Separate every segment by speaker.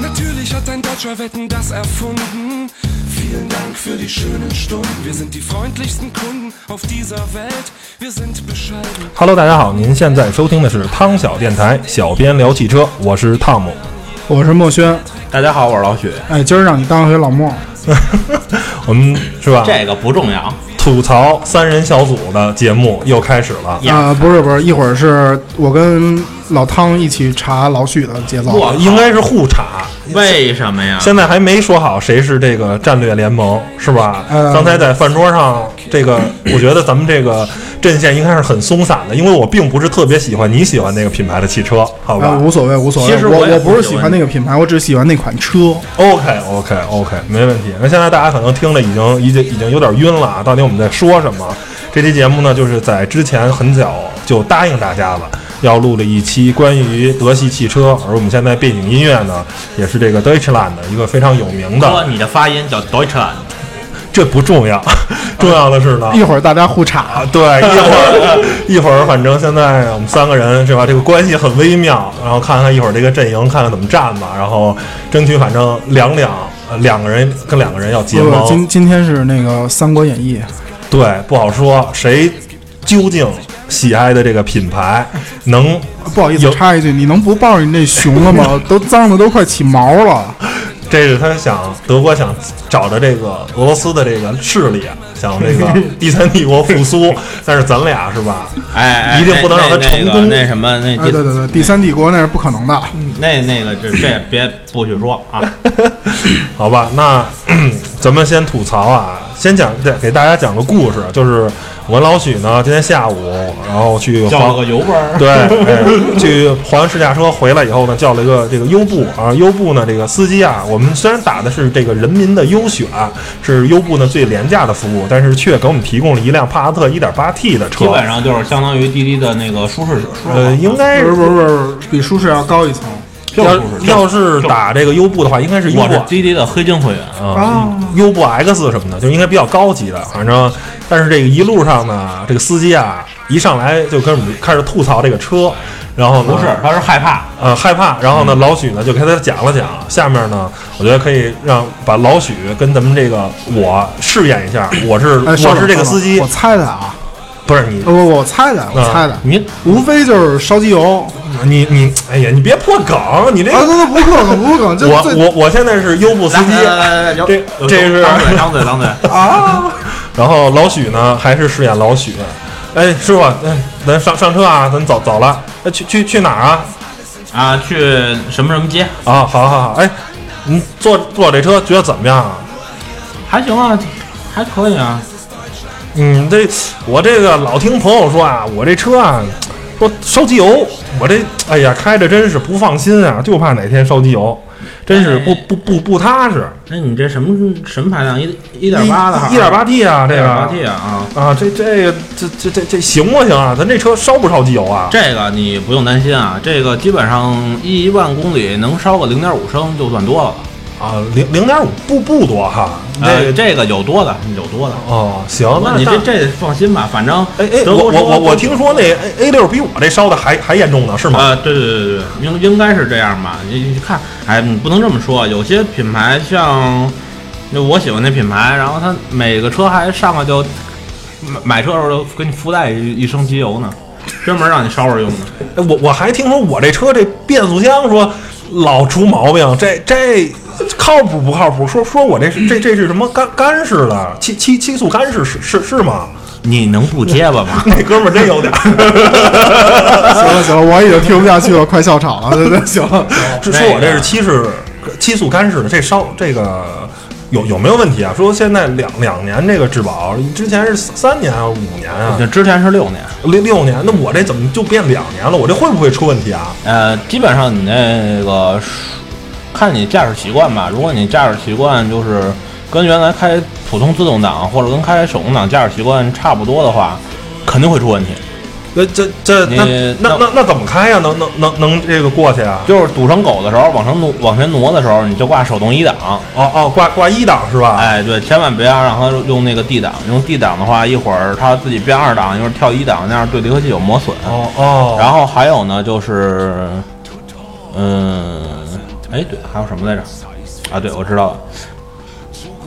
Speaker 1: Natürlich hat ein deutscher Wetten das erfunden. Vielen Dank für die schönen Stunden. Wir sind die freundlichsten Kunden auf dieser Welt. Wir sind bescheiden.
Speaker 2: Hello，大家好，您现在收听的是汤小电台，小编聊汽车，我是汤姆。
Speaker 3: 我是墨轩，
Speaker 4: 大家好，我是老许。
Speaker 3: 哎，今儿让你当回老莫，
Speaker 2: 我们是吧？
Speaker 4: 这个不重要，
Speaker 2: 吐槽三人小组的节目又开始了。
Speaker 3: 啊、不是不是，一会儿是我跟老汤一起查老许的节奏，
Speaker 2: 哇，应该是互查，
Speaker 4: 为什么呀？
Speaker 2: 现在还没说好谁是这个战略联盟，是吧？
Speaker 3: 嗯
Speaker 2: 刚才在饭桌上，这个我觉得咱们这个阵线应该是很松散的，因为我并不是特别喜欢你喜欢那个品牌的汽车，好
Speaker 3: 啊，
Speaker 2: 吧
Speaker 3: 无所谓无所谓，
Speaker 4: 其实
Speaker 3: 我
Speaker 4: 我也不
Speaker 3: 不是
Speaker 4: 喜
Speaker 3: 喜
Speaker 4: 欢
Speaker 3: 欢那个品牌，我只喜欢那款车，
Speaker 2: ？OK OK OK，没问题。那现在大家可能听着已经已经已经有点晕了，啊，到底我们在说什么？这期节目呢，就是在之前很早就答应大家了。要录了一期关于德系汽车，而我们现在背景音乐呢，也是这个 Deutschland 的一个非常有名的，
Speaker 4: 哥，你的发音叫 Deutschland，
Speaker 2: 这不重要， 重要的是呢，
Speaker 3: 一会儿大家互查，
Speaker 2: 啊，对，一会儿一会儿，反正现在我们三个人是吧？这个关系很微妙，然后看看一会儿这个阵营，看看怎么站吧，然后争取反正两两呃两个人跟两个人要结
Speaker 3: 不不今
Speaker 2: 盟，
Speaker 3: 今天是那个《三国演义
Speaker 2: 对，不好说谁究竟喜爱的这个品牌能》，
Speaker 3: 不好意思
Speaker 2: 有
Speaker 3: 插一句，你能不抱着你那熊了 吗？都脏的都快起毛了，啊
Speaker 2: 这是他想德国想找着这个俄罗斯的这个势力，想这 个第三帝国复苏，但是咱俩是吧？
Speaker 4: 哎，哎
Speaker 2: 一定不能让它
Speaker 4: 那那
Speaker 2: 成功
Speaker 4: 那个那什么，那
Speaker 3: 哎，对对对，第三帝国那是不可能的，
Speaker 4: 那那个这这别不许说啊！
Speaker 2: 好吧，那 咱们先吐槽啊，先讲对给大家讲个故事，就是我跟老许呢，今天下午然后去
Speaker 4: 叫了
Speaker 2: 黄
Speaker 4: 个油味 儿，
Speaker 2: 对、哎去还完试驾车回来以后呢，叫了一个这个优步啊，优步呢这个司机啊，我们虽然打的是这个人民的优选，啊是优步呢最廉价的服务，但是却给我们提供了一辆帕萨特 1.8T 的车
Speaker 4: 基，本上就是相当于滴滴的那个舒适舒适
Speaker 2: 呃，
Speaker 4: 版
Speaker 2: 应该
Speaker 3: 不是不是不是，比舒适要高一层
Speaker 4: 就
Speaker 2: 要
Speaker 4: 舒适
Speaker 2: 要是
Speaker 4: 就
Speaker 2: 打这个优步的话，应该是优
Speaker 4: 我
Speaker 2: 步
Speaker 4: 是滴滴的黑金会员，
Speaker 2: 啊，优步 X 什么的，就应该比较高级的。反正，但是这个一路上呢，这个司机啊，一上来就跟我们开始吐槽这个车，然后呢，
Speaker 4: 不是，嗯他是害怕。
Speaker 2: 呃，害怕。然后呢，老许呢就给他讲了讲。下面呢，我觉得可以让把老许跟咱们这个我试验一下，我是、
Speaker 3: 哎，稍
Speaker 2: 我是
Speaker 3: 等
Speaker 2: 这个
Speaker 3: 稍
Speaker 2: 司
Speaker 3: 等
Speaker 2: 机
Speaker 3: 我，猜的啊，
Speaker 2: 不是你
Speaker 3: 不，不，我猜的，我
Speaker 2: 啊
Speaker 3: 猜的，
Speaker 4: 你
Speaker 3: 无非就是烧机油，
Speaker 2: 你你，哎呀，你别破梗，你这
Speaker 3: 啊，
Speaker 2: 个、
Speaker 3: 那那不可能，不可能，这
Speaker 2: 我
Speaker 3: 这
Speaker 2: 我我现在是优步司
Speaker 4: 来
Speaker 2: 机。
Speaker 4: 来来来来，有
Speaker 2: 这
Speaker 4: 有
Speaker 2: 这是
Speaker 4: 张嘴张嘴 张嘴，
Speaker 2: 然后老许呢，还是饰演老许。哎，师傅，哎，咱上上车啊，咱走走了。哎，去去去哪儿啊？
Speaker 4: 啊，去什么什么街？
Speaker 2: 啊，好好好。哎，你坐坐这车觉得怎么样啊？
Speaker 4: 还行啊，还可以啊。
Speaker 2: 嗯，这我这个老听朋友说啊，我这车啊，说烧机油，我这哎呀开着真是不放心啊，就怕哪天烧机油，真是不不不不踏实。
Speaker 4: 那你这什么什么排量？一一点八的哈，
Speaker 2: 一点八 T 啊，这
Speaker 4: 一
Speaker 2: 个
Speaker 4: 点八 T 啊啊！
Speaker 2: 啊，这这个这这这这行不行啊？咱这车烧不烧机油啊？
Speaker 4: 这个你不用担心啊，这个基本上一万公里能烧个零点五升就算多了。
Speaker 2: 啊，零零点五不不多哈，这
Speaker 4: 呃，这个有多的，有多的。
Speaker 2: 哦，行，那
Speaker 4: 你
Speaker 2: 大
Speaker 4: 这这放心吧，反正
Speaker 2: 哎哎，
Speaker 4: 德
Speaker 2: 我
Speaker 4: 国
Speaker 2: 我我我
Speaker 4: 车
Speaker 2: 听说那 A A 六比我这烧的还还严重呢，是吗？
Speaker 4: 啊，对对对对，应应该是这样吧？你你看，哎，你不能这么说，有些品牌像那我喜欢那品牌，然后它每个车还上来就买买车的时候就给你附带一一升机油呢，专门让你烧 着用的。
Speaker 2: 哎我我还听说我这车这变速箱说老出毛病，这这靠谱不靠谱？说说我这这这是什么干干式的七七七速干式是是是吗？哦
Speaker 4: 你能不结巴吗？
Speaker 2: 那哥们儿真有点儿，
Speaker 3: 行了行了，我已经听不下去了，快笑场了，对对，行了。
Speaker 2: 是说我这是七式七速干式的，这烧这个。有有没有问题啊？说现在两两年这个质保，之前是三年啊，五年啊，
Speaker 4: 就之前是六年，
Speaker 2: 六六年，那我这怎么就变两年了？我这会不会出问题啊？
Speaker 4: 呃，基本上你那个看你驾驶习惯吧。如果你驾驶习惯就是跟原来开普通自动挡或者跟开手动挡驾驶习惯差不多的话，肯定会出问题。
Speaker 2: 呃，这这那
Speaker 4: 你
Speaker 2: 那
Speaker 4: 那
Speaker 2: 那那怎么开呀、能能能能这个过去啊？
Speaker 4: 就是堵成狗的时候，往上挪往前挪的时候，你就挂手动一档。
Speaker 2: 哦哦，挂挂一档是吧？
Speaker 4: 哎，对，千万别让它用那个 D 档，用 D 档的话，一会儿它自己变二档，一会儿跳一档，那样对离合器有磨损。
Speaker 2: 哦哦，
Speaker 4: 然后还有呢，就是，嗯，哎，对，还有什么来着？啊，对，我知道了，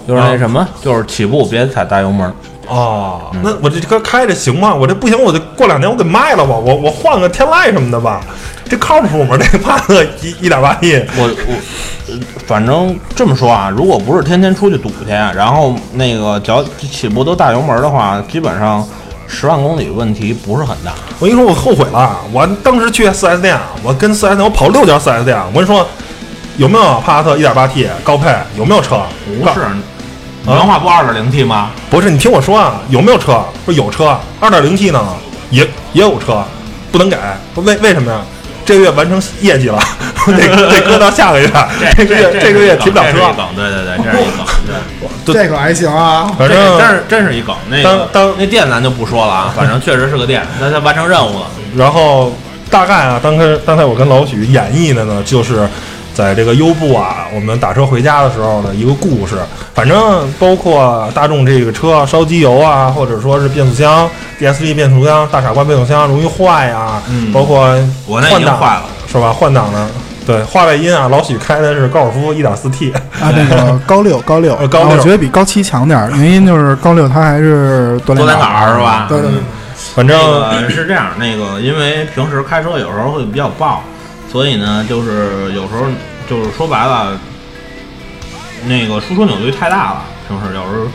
Speaker 4: 就是那什么，就是起步别踩大油门。
Speaker 2: 哦，
Speaker 4: 嗯
Speaker 2: 那我这车开着行吗？我这不行，我就过两年我给卖了吧，我我换个天籁什么的吧，这靠谱吗？这帕特一 一点八亿，
Speaker 4: 我我，呃反正这么说啊，如果不是天天出去堵去，然后那个脚起步都大油门的话，基本上十万公里问题不是很大。
Speaker 2: 我跟你说，我后悔了，我当时去 4S 店，啊我跟 4S 店我跑六家 4S 店，我跟你说，有没有帕萨特一点八 T 高配？有没有车？
Speaker 4: 不是，文化不二点零 T 吗？
Speaker 2: 不是，你听我说啊，有没有车？不是有车，二点零 T 呢，也也有车，不能改，为为什么呀？这个月完成业绩了， 得得搁到下个月，这个月这个月提不了
Speaker 4: 这是
Speaker 2: 车
Speaker 4: 一，梗，对对对，这是一梗。 对
Speaker 2: 对
Speaker 3: 这个还行啊，
Speaker 2: 反
Speaker 4: 这
Speaker 2: 正
Speaker 4: 个真是真是一梗。那个
Speaker 2: 当当
Speaker 4: 那店咱就不说了啊，反正确实是个店，那他完成任务了。
Speaker 2: 然后大概啊，当时刚才我跟老许演绎的呢，就是在这个优步啊，我们打车回家的时候的一个故事。反正包括大众这个车烧机油啊，或者说是变速箱 DSG 变速箱、大傻瓜变速箱容易坏啊呀、
Speaker 4: 嗯
Speaker 2: 包括
Speaker 4: 我那已
Speaker 2: 换
Speaker 4: 经
Speaker 2: 挡
Speaker 4: 坏了，
Speaker 2: 是吧？换挡呢？对，话外音啊，老许开的是高尔夫 1.4T，
Speaker 3: 啊，那个高六高六
Speaker 2: 呃，高
Speaker 3: 啊
Speaker 2: 六
Speaker 3: 我觉得比高七强点儿，原因就是高六它还是多
Speaker 4: 多
Speaker 3: 连
Speaker 4: 连杆儿是吧？
Speaker 3: 对对对
Speaker 4: 嗯。
Speaker 2: 反正、
Speaker 4: 那个是这样，那个因为平时开车有时候会比较爆，所以呢，就是有时候就是说白了，那个输出扭矩太大了，平时有时候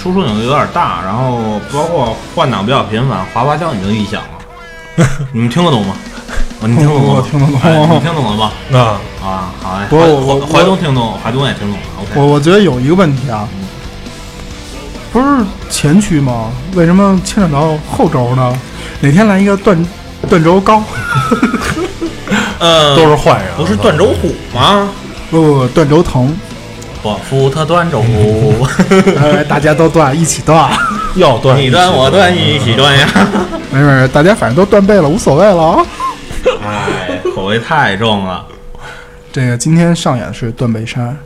Speaker 4: 输出扭矩有点大，然后包括换挡比较频繁，滑滑箱已经异响了。你们听得懂吗？哦你听得懂吗？
Speaker 3: 我听得懂
Speaker 4: 哎你听懂了吧？
Speaker 2: 啊，
Speaker 4: 啊，好嘞。
Speaker 3: 不是
Speaker 4: 怀
Speaker 3: 我我
Speaker 4: 怀怀东听懂，怀东也听懂了。
Speaker 3: 我
Speaker 4: OK。
Speaker 3: 我觉得有一个问题啊，不是前驱吗？为什么牵扯到后轴呢？哪天来一个断断轴高？
Speaker 4: 呃，
Speaker 2: 都是坏啊人，
Speaker 4: 不是断轴虎吗？
Speaker 3: 不不不，断轴疼，
Speaker 4: 我福特断轴虎，
Speaker 3: 呃，大家都断，一起断，
Speaker 2: 要断，
Speaker 4: 你断我断一起断呀。
Speaker 3: 没事，大家反正都断背了，无所谓了啊。
Speaker 4: 哎，口味太重了，
Speaker 3: 这个今天上演是断背山，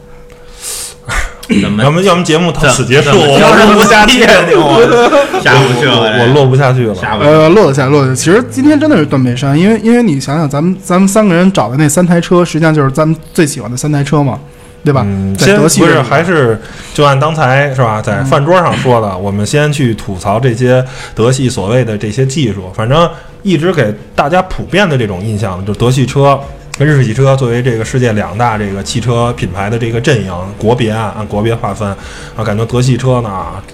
Speaker 4: 怎么
Speaker 2: 要么要么节目到此结束，
Speaker 4: 怎么
Speaker 2: 我
Speaker 4: 挑
Speaker 2: 落
Speaker 4: 人
Speaker 2: 不
Speaker 4: 不
Speaker 2: 下
Speaker 4: 下
Speaker 2: 去
Speaker 4: 去
Speaker 2: 了，
Speaker 4: 我下不去了，
Speaker 2: 我落不下去了，
Speaker 4: 下不去。
Speaker 3: 呃，落得下，落得下。其实今天真的是断背山，因为因为你想想，咱们咱们三个人找的那三台车，实际上就是咱们最喜欢的三台车嘛，对吧？
Speaker 2: 嗯，
Speaker 3: 在
Speaker 2: 先
Speaker 3: 德
Speaker 2: 不
Speaker 3: 系
Speaker 2: 是
Speaker 3: 这
Speaker 2: 还是就按刚才是吧，
Speaker 3: 嗯
Speaker 2: 在饭桌上说的，我们先去吐槽这些德系所谓的这些技术，反正一直给大家普遍的这种印象，就德系车。跟日系车作为这个世界两大这个汽车品牌的这个阵营国别啊，按国别划分啊，感觉德系车呢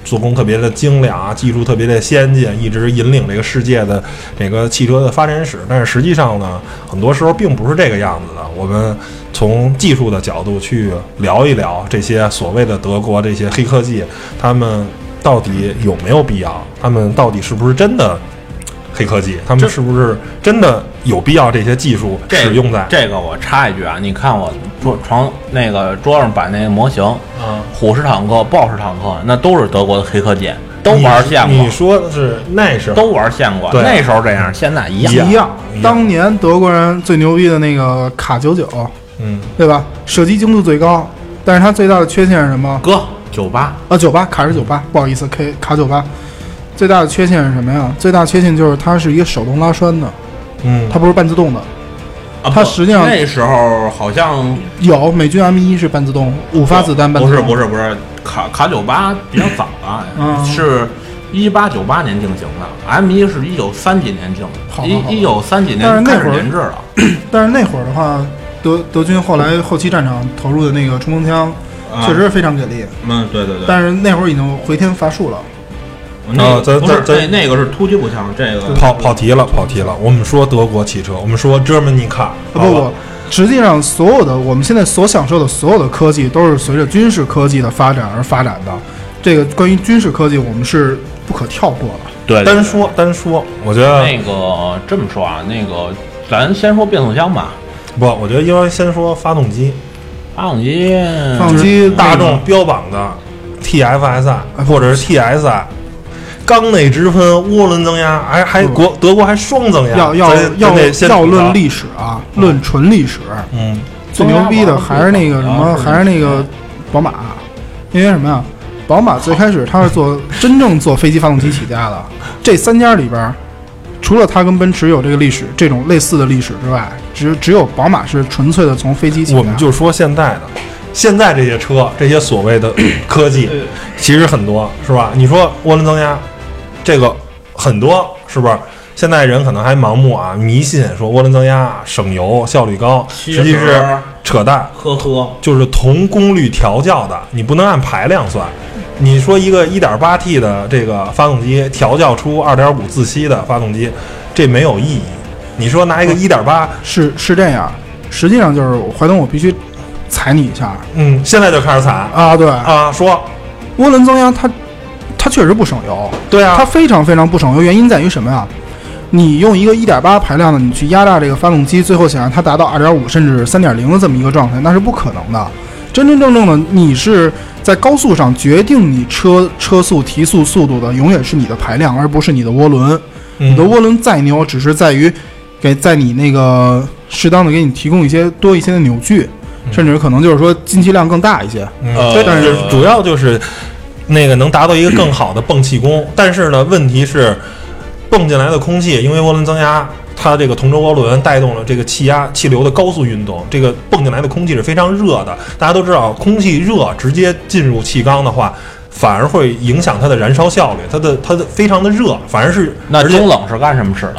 Speaker 2: 做工特别的精良啊，技术特别的先进，一直引领这个世界的这个汽车的发展史。但是实际上呢，很多时候并不是这个样子的。我们从技术的角度去聊一聊这些所谓的德国这些黑科技，他们到底有没有必要？他们到底是不是真的黑科技？他们是不是真的有必要这些技术
Speaker 4: 这
Speaker 2: 使用在？
Speaker 4: 这个我插一句啊，你看我桌床那个桌上摆那个模型，
Speaker 2: 啊
Speaker 4: 虎式坦克、豹式坦克，那都是德国的黑科技，都玩见
Speaker 2: 你你
Speaker 4: 过，
Speaker 2: 说的是那时候
Speaker 4: 都玩见过。
Speaker 2: 对
Speaker 4: 那时候这样，现在一样。
Speaker 3: 一样
Speaker 2: 一样。
Speaker 3: 当年德国人最牛逼的那个卡九九，
Speaker 2: 嗯
Speaker 3: 对吧？射击精度最高，但是它最大的缺陷是什么？
Speaker 4: 哥，九八，
Speaker 3: 啊，九八卡是九八，不好意思，K 卡九八。最大的缺陷是什么呀？最大的缺陷就是它是一个手动拉栓的，
Speaker 2: 嗯，
Speaker 3: 它不是半自动的。
Speaker 4: 啊
Speaker 3: 它
Speaker 4: 不
Speaker 3: 实际上
Speaker 4: 那时候好像
Speaker 3: 有美军 M 一是半自动，五发子弹半
Speaker 4: 不
Speaker 3: 自
Speaker 4: 是
Speaker 3: 动。
Speaker 4: 不
Speaker 3: 是，
Speaker 4: 是不是，卡卡九八比较早了，
Speaker 3: 嗯
Speaker 4: 是一八九八年定型的，M 一是一九三几年定
Speaker 3: 好吧
Speaker 4: 的，一
Speaker 3: 好吧
Speaker 4: 一九三几
Speaker 3: 但是
Speaker 4: 年
Speaker 3: 那
Speaker 4: 开始
Speaker 3: 会儿
Speaker 4: 研制了。
Speaker 3: 但是那会儿的话，德德军后来后期战场投入的那个冲锋枪
Speaker 4: 啊
Speaker 3: 确实非常给力，
Speaker 4: 嗯，对对对，
Speaker 3: 但是那会儿已经回天乏术了。
Speaker 4: 那
Speaker 2: 啊咱
Speaker 4: 个不是
Speaker 2: 咱
Speaker 4: 那那个是突击步枪，这个
Speaker 2: 跑跑题了，跑题了。我们说德国汽车，我们说 Germany car，
Speaker 3: 啊不不，实际上所有的我们现在所享受的所有的科技，都是随着军事科技的发展而发展的。这个关于军事科技，我们是不可跳过的。
Speaker 4: 对
Speaker 2: 单说单说，我觉
Speaker 3: 呃
Speaker 2: 得
Speaker 4: 那个这么说啊，那个咱先说变速箱吧，
Speaker 2: 不，我觉得应该先说发动机，
Speaker 4: 发动机，
Speaker 3: 放机啊
Speaker 2: 大众标榜的 TFSI 或者是 TSI，刚那直喷，涡轮增压，还还
Speaker 3: 嗯
Speaker 2: 国德国还双增压，
Speaker 3: 要要
Speaker 2: 咱咱
Speaker 3: 要
Speaker 2: 得先
Speaker 3: 要
Speaker 2: 吐槽
Speaker 3: 论历史啊，论纯历史，
Speaker 2: 嗯
Speaker 3: 最牛逼的还是那个什么，还是那个宝马，因为什么呀？宝马最开始它是做真正做飞机发动机起家的，这三家里边儿，除了它跟奔驰有这个历史这种类似的历史之外，只只有宝马是纯粹的从飞机起家。
Speaker 2: 我们就说现在的，现在这些车，这些所谓的科技，其实很多是吧？你说涡轮增压，这个很多是不是？现在人可能还盲目啊，迷信说涡轮增压省油、效率高，
Speaker 4: 其
Speaker 2: 实际是
Speaker 4: 实
Speaker 2: 扯淡。
Speaker 4: 呵呵，
Speaker 2: 就是同功率调教的，你不能按排量算。你说一个 1.8T 的这个发动机调教出2.5自吸的发动机，这没有意义。你说拿一个1.8，
Speaker 3: 是是这样，实际上就是怀东，我必须踩你一下
Speaker 2: 嗯，现在就开始惨
Speaker 3: 啊！对，
Speaker 2: 啊，说
Speaker 3: 涡轮增压它它确实不省油，
Speaker 2: 对啊，
Speaker 3: 它非常非常不省油，原因在于什么呀？你用一个1.8排量的，你去压榨这个发动机，最后想让它达到2.5甚至3.0的这么一个状态，那是不可能的。真真正正的，你是在高速上决定你车车速、提速速度的，永远是你的排量，而不是你的涡轮。
Speaker 2: 嗯
Speaker 3: 你的涡轮再牛，只是在于给在你那个适当的给你提供一些多一些的扭矩，甚至可能就是说进气量更大一些。
Speaker 2: 嗯
Speaker 4: 呃
Speaker 2: 对，但是主要就是那个能达到一个更好的泵气功，但是呢，问题是泵进来的空气，因为涡轮增压，它这个同轴涡轮带动了这个气压气流的高速运动，这个泵进来的空气是非常热的。大家都知道，空气热直接进入气缸的话。反而会影响它的燃烧效率，它的它的非常的热，反而是
Speaker 4: 那
Speaker 2: 而且
Speaker 4: 中冷是干什么使的？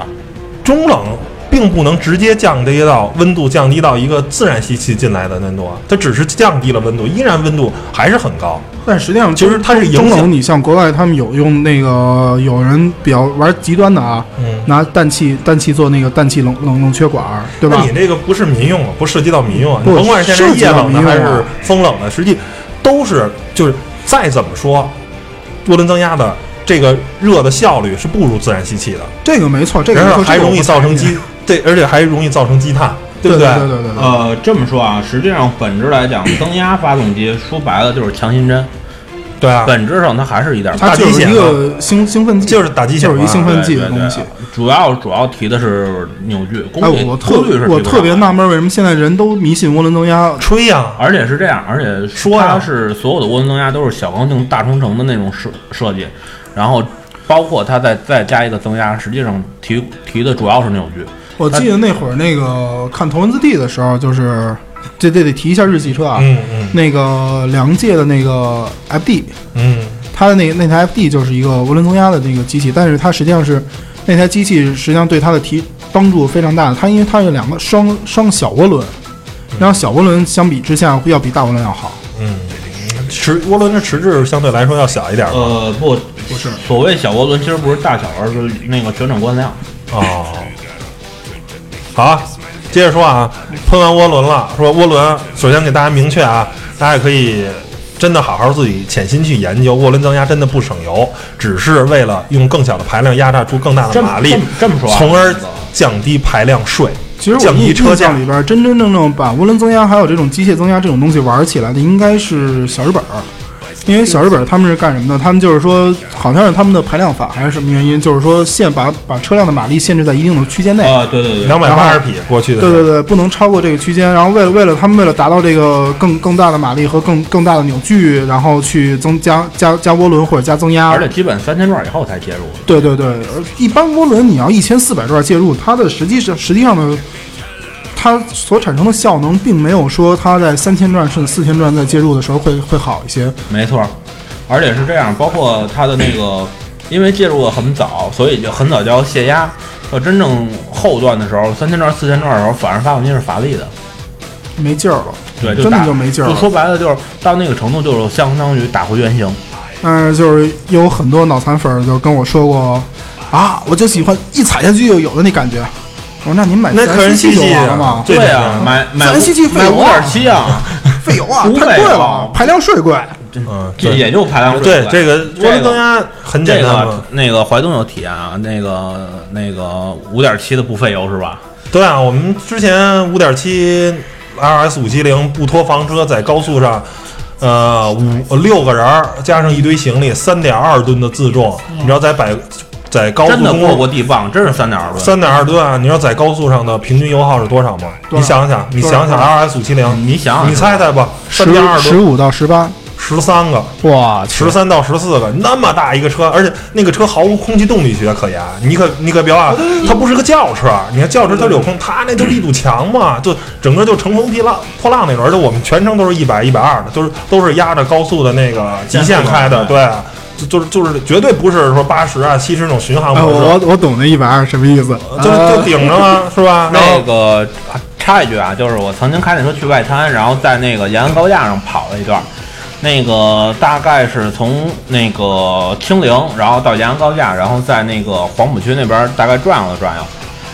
Speaker 2: 中冷并不能直接降低到温度降低到一个自然吸气进来的温度，啊，它只是降低了温度，依然温度还是很高。
Speaker 3: 但实际上，
Speaker 2: 其实它是影
Speaker 3: 中
Speaker 2: 响
Speaker 3: 冷。你像国外他们有用那个有人比较玩极端的啊，
Speaker 2: 嗯，
Speaker 3: 拿氮气氮气做那个氮气冷冷冷却管儿，对
Speaker 2: 那
Speaker 3: 吧
Speaker 2: 你？这个不是民用啊，不涉及到民用啊，
Speaker 3: 不
Speaker 2: 你甭管是现在
Speaker 3: 涉及
Speaker 2: 夜
Speaker 3: 到
Speaker 2: 冷的
Speaker 3: 民用
Speaker 2: 还
Speaker 3: 啊
Speaker 2: 是风冷的，实际都是就是再怎么说，涡轮增压的这个热的效率是不如自然吸气的，
Speaker 3: 这个没错，这个没
Speaker 2: 然后
Speaker 3: 错，
Speaker 2: 还
Speaker 3: 这个我
Speaker 2: 容易
Speaker 3: 不
Speaker 2: 造成
Speaker 3: 同意
Speaker 2: 积，对，而且还容易造成积碳，
Speaker 3: 对
Speaker 2: 不
Speaker 3: 对对对对。
Speaker 4: 呃，这么说啊，实际上本质来讲，增压发动机说白了就是强心针，
Speaker 2: 对啊，
Speaker 4: 本质上它还是一点
Speaker 3: 它
Speaker 2: 打
Speaker 3: 就
Speaker 2: 鸡
Speaker 3: 是
Speaker 2: 血
Speaker 3: 一个兴兴奋剂，
Speaker 2: 啊就是打鸡血
Speaker 3: 就是一
Speaker 2: 嘛
Speaker 3: 兴奋剂
Speaker 4: 对
Speaker 3: 的
Speaker 4: 对对
Speaker 3: 东
Speaker 2: 啊
Speaker 3: 西。
Speaker 4: 主要主要提的是扭矩，功
Speaker 3: 哎，
Speaker 4: 率，
Speaker 3: 我特
Speaker 4: 功率是
Speaker 3: 我
Speaker 4: 提不
Speaker 3: 特别
Speaker 2: 啊
Speaker 4: 上来
Speaker 3: 纳闷，为什么现在人都迷信涡轮增压？
Speaker 2: 吹啊呀、
Speaker 4: 而且是这样，而且
Speaker 2: 说呀
Speaker 4: 它是所有的涡轮增压都是小缸径大冲程的那种设设计，然后包括它再再加一个增压，实际上提提的主要是扭矩。
Speaker 3: 我记得那会儿那个看《头文字 D》的时候，就是这这得提一下日系车啊，
Speaker 2: 嗯嗯
Speaker 3: 那个梁界的那个 FD，
Speaker 2: 嗯，
Speaker 3: 它的那那台 FD 就是一个涡轮增压的那个机器，但是它实际上是那台机器实际上对它的提帮助非常大。它因为它有两个双双小涡轮，然后小涡轮相比之下会要比大涡轮要好。
Speaker 2: 迟涡轮的迟滞相对来说要小一点吧。
Speaker 4: 呃，不不是，所谓小涡轮其实不是大小，而是那个旋转惯量。
Speaker 2: 哦，好啊，接着说啊，喷完涡轮了，说涡轮，首先给大家明确啊，大家也可以真的好好自己潜心去研究，涡轮增压真的不省油，只是为了用更小的排量压榨出更大的
Speaker 4: 这么
Speaker 2: 马力
Speaker 4: 这么，这么说啊
Speaker 2: 从而降低排量税，
Speaker 3: 其实我
Speaker 2: 降低
Speaker 3: 印
Speaker 2: 车
Speaker 3: 印
Speaker 2: 价
Speaker 3: 象。里边真真正正把涡轮增压还有这种机械增压这种东西玩起来的，应该是小日本儿。因为小日本儿他们是干什么的？他们就是说，好像是他们的排量法还是什么原因，就是说限把把车辆的马力限制在一定的区间内。
Speaker 4: 啊、对对对，
Speaker 2: 两百八十匹，过去的
Speaker 3: 对
Speaker 2: 时候
Speaker 3: 对对，不能超过这个区间。然后为了为了他们为了达到这个更更大的马力和更更大的扭矩，然后去增加加加涡轮或者加增压
Speaker 4: 而。且基本三千转以后才介入。
Speaker 3: 对对对，而一般涡轮你要一千四百转介入，它的实际上实际上的它所产生的效能，并没有说它在三千转甚至四千转在介入的时候会会好一些。
Speaker 4: 没错，而且是这样，包括它的那个，因为介入的很早，所以就很早就要泄压。到真正后段的时候，三千转、四千转的时候，反而发动机是乏力的。
Speaker 3: 没劲儿了，
Speaker 4: 对，
Speaker 3: 真的
Speaker 4: 打
Speaker 3: 就没劲儿
Speaker 4: 就
Speaker 3: 了。
Speaker 4: 说白了，就是到那个程度，就是相当于打回原形。
Speaker 3: 但是就是有很多脑残粉儿就跟我说过，啊，我就喜欢一踩下去就有的那感觉。我说那您买
Speaker 2: 那
Speaker 3: 自然
Speaker 2: 可是
Speaker 3: 吸
Speaker 2: 吸
Speaker 3: 气就
Speaker 2: 气
Speaker 3: 完了
Speaker 2: 啊
Speaker 3: 嘛。
Speaker 2: 最
Speaker 4: 对
Speaker 2: 简
Speaker 4: 啊
Speaker 2: 单，
Speaker 4: 买买
Speaker 3: 咱吸气
Speaker 4: 五
Speaker 3: 费
Speaker 4: 买
Speaker 3: 油
Speaker 4: 五
Speaker 3: 啊
Speaker 4: 点七啊，
Speaker 3: 费油 啊，
Speaker 4: 不
Speaker 3: 太
Speaker 4: 费
Speaker 3: 贵
Speaker 4: 油
Speaker 3: 了，排量税贵。
Speaker 2: 嗯，
Speaker 4: 这
Speaker 2: 对
Speaker 4: 也就排量税
Speaker 2: 对
Speaker 4: 吧
Speaker 2: 这个涡轮增压很
Speaker 4: 这
Speaker 2: 简单
Speaker 4: 个
Speaker 2: 嘛。
Speaker 4: 那个怀东有体验啊，那个那个五点七的不费油是吧？
Speaker 2: 对啊，我们之前五点七 RS 五七零不拖房车在高速上呃五六个人儿加上一堆行李，三点二吨的自重，
Speaker 3: 嗯
Speaker 2: 你知道在百在高速
Speaker 4: 真的
Speaker 2: 公
Speaker 4: 过
Speaker 2: 路
Speaker 4: 过地磅，真是三点二吨。
Speaker 2: 三点二吨啊，你知道在高速上的平均油耗是多少吗？
Speaker 3: 多少
Speaker 2: 你想想，你
Speaker 3: 多少
Speaker 2: 想想 RS 五七零，
Speaker 4: 你想想
Speaker 2: 你猜猜吧，三点二
Speaker 3: 十
Speaker 2: 吨，
Speaker 3: 五到十八，
Speaker 2: 十三个。
Speaker 3: 哇，去
Speaker 2: 十三到十四个，那么大一个车，而且那个车毫无空气动力学可言。你可你可别
Speaker 4: 啊
Speaker 2: 忘，它不是个轿车，你看轿车它是有空，它那就是一堵墙嘛，就整个就乘风破浪破浪那种，而且我们全程都是一百一百二的，都是都是压着高速的那个极限开
Speaker 4: 啊
Speaker 2: 的，对，就就是就是绝对不是说八十啊七十那种巡航
Speaker 3: 哎，
Speaker 2: 模
Speaker 4: 啊
Speaker 2: 式，
Speaker 3: 我我懂那一百二什么意思，呃
Speaker 2: 就就顶着嘛，是吧？然
Speaker 4: 那
Speaker 2: 后
Speaker 4: 个啊插一句啊，就是我曾经开那车去外滩，然后在那个延安高架上跑了一段，那个大概是从那个清陵，然后到延安高架，然后在那个黄浦区那边大概转悠了转悠，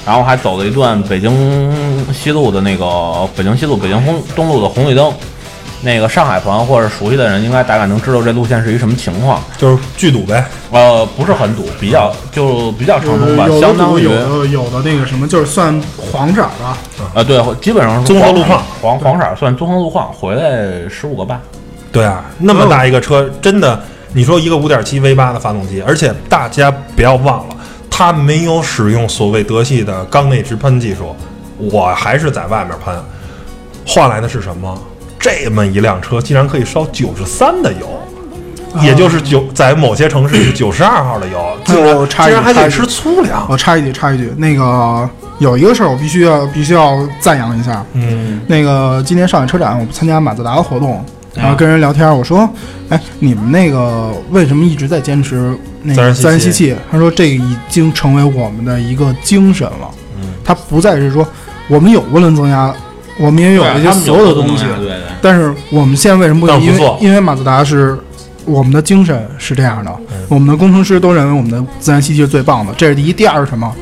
Speaker 4: 然后还走了一段北京西路的那个北京西路、北京红东路的红绿灯。那个上海朋友或者熟悉的人，应该大概能知道这路线是一什么情况。
Speaker 2: 就是剧堵呗，
Speaker 4: 呃，不是很堵，比较就比较畅通吧，
Speaker 3: 嗯有的
Speaker 4: 相当
Speaker 3: 堵
Speaker 4: 于
Speaker 3: 有的有的那个什么，就是算黄色儿吧，
Speaker 4: 啊，对，基本上是
Speaker 2: 综合路
Speaker 4: 黄黄黄色儿算综合路况，回来十五个半。
Speaker 2: 对啊，那么大一个车，真的，你说一个五点七 V 八的发动机，而且大家不要忘了，它没有使用所谓德系的缸内直喷技术，我还是在外面喷，换来的是什么？这么一辆车竟然可以烧九十三的油。也就是九，在某些城市是九十二号的油，竟然
Speaker 3: 哦差一
Speaker 2: 竟然还
Speaker 3: 差
Speaker 2: 得
Speaker 3: 一
Speaker 2: 吃粗粮。
Speaker 3: 我哦插一句，插一句，那个有一个事儿，我必须要必须要赞扬一下。
Speaker 2: 嗯，
Speaker 3: 那个今年上海车展，我参加马自达的活动，然后跟人聊天，我说：“哎，你们那个为什么一直在坚持那个自
Speaker 2: 自
Speaker 3: 然
Speaker 2: 然吸
Speaker 3: 吸气？”他说：“这个已经成为我们的一个精神了。
Speaker 2: 嗯
Speaker 3: 它不再是说我们有涡轮增压，我啊们也有这些所有的东西，
Speaker 4: 对对。
Speaker 3: 但是我们现在为什么不
Speaker 2: 但是
Speaker 3: 因
Speaker 2: 不
Speaker 3: 为
Speaker 2: 做
Speaker 3: 因为马自达是我们的精神是这样的，我们的工程师都认为我们的自然吸气是最棒的，这是第一。第二是什么？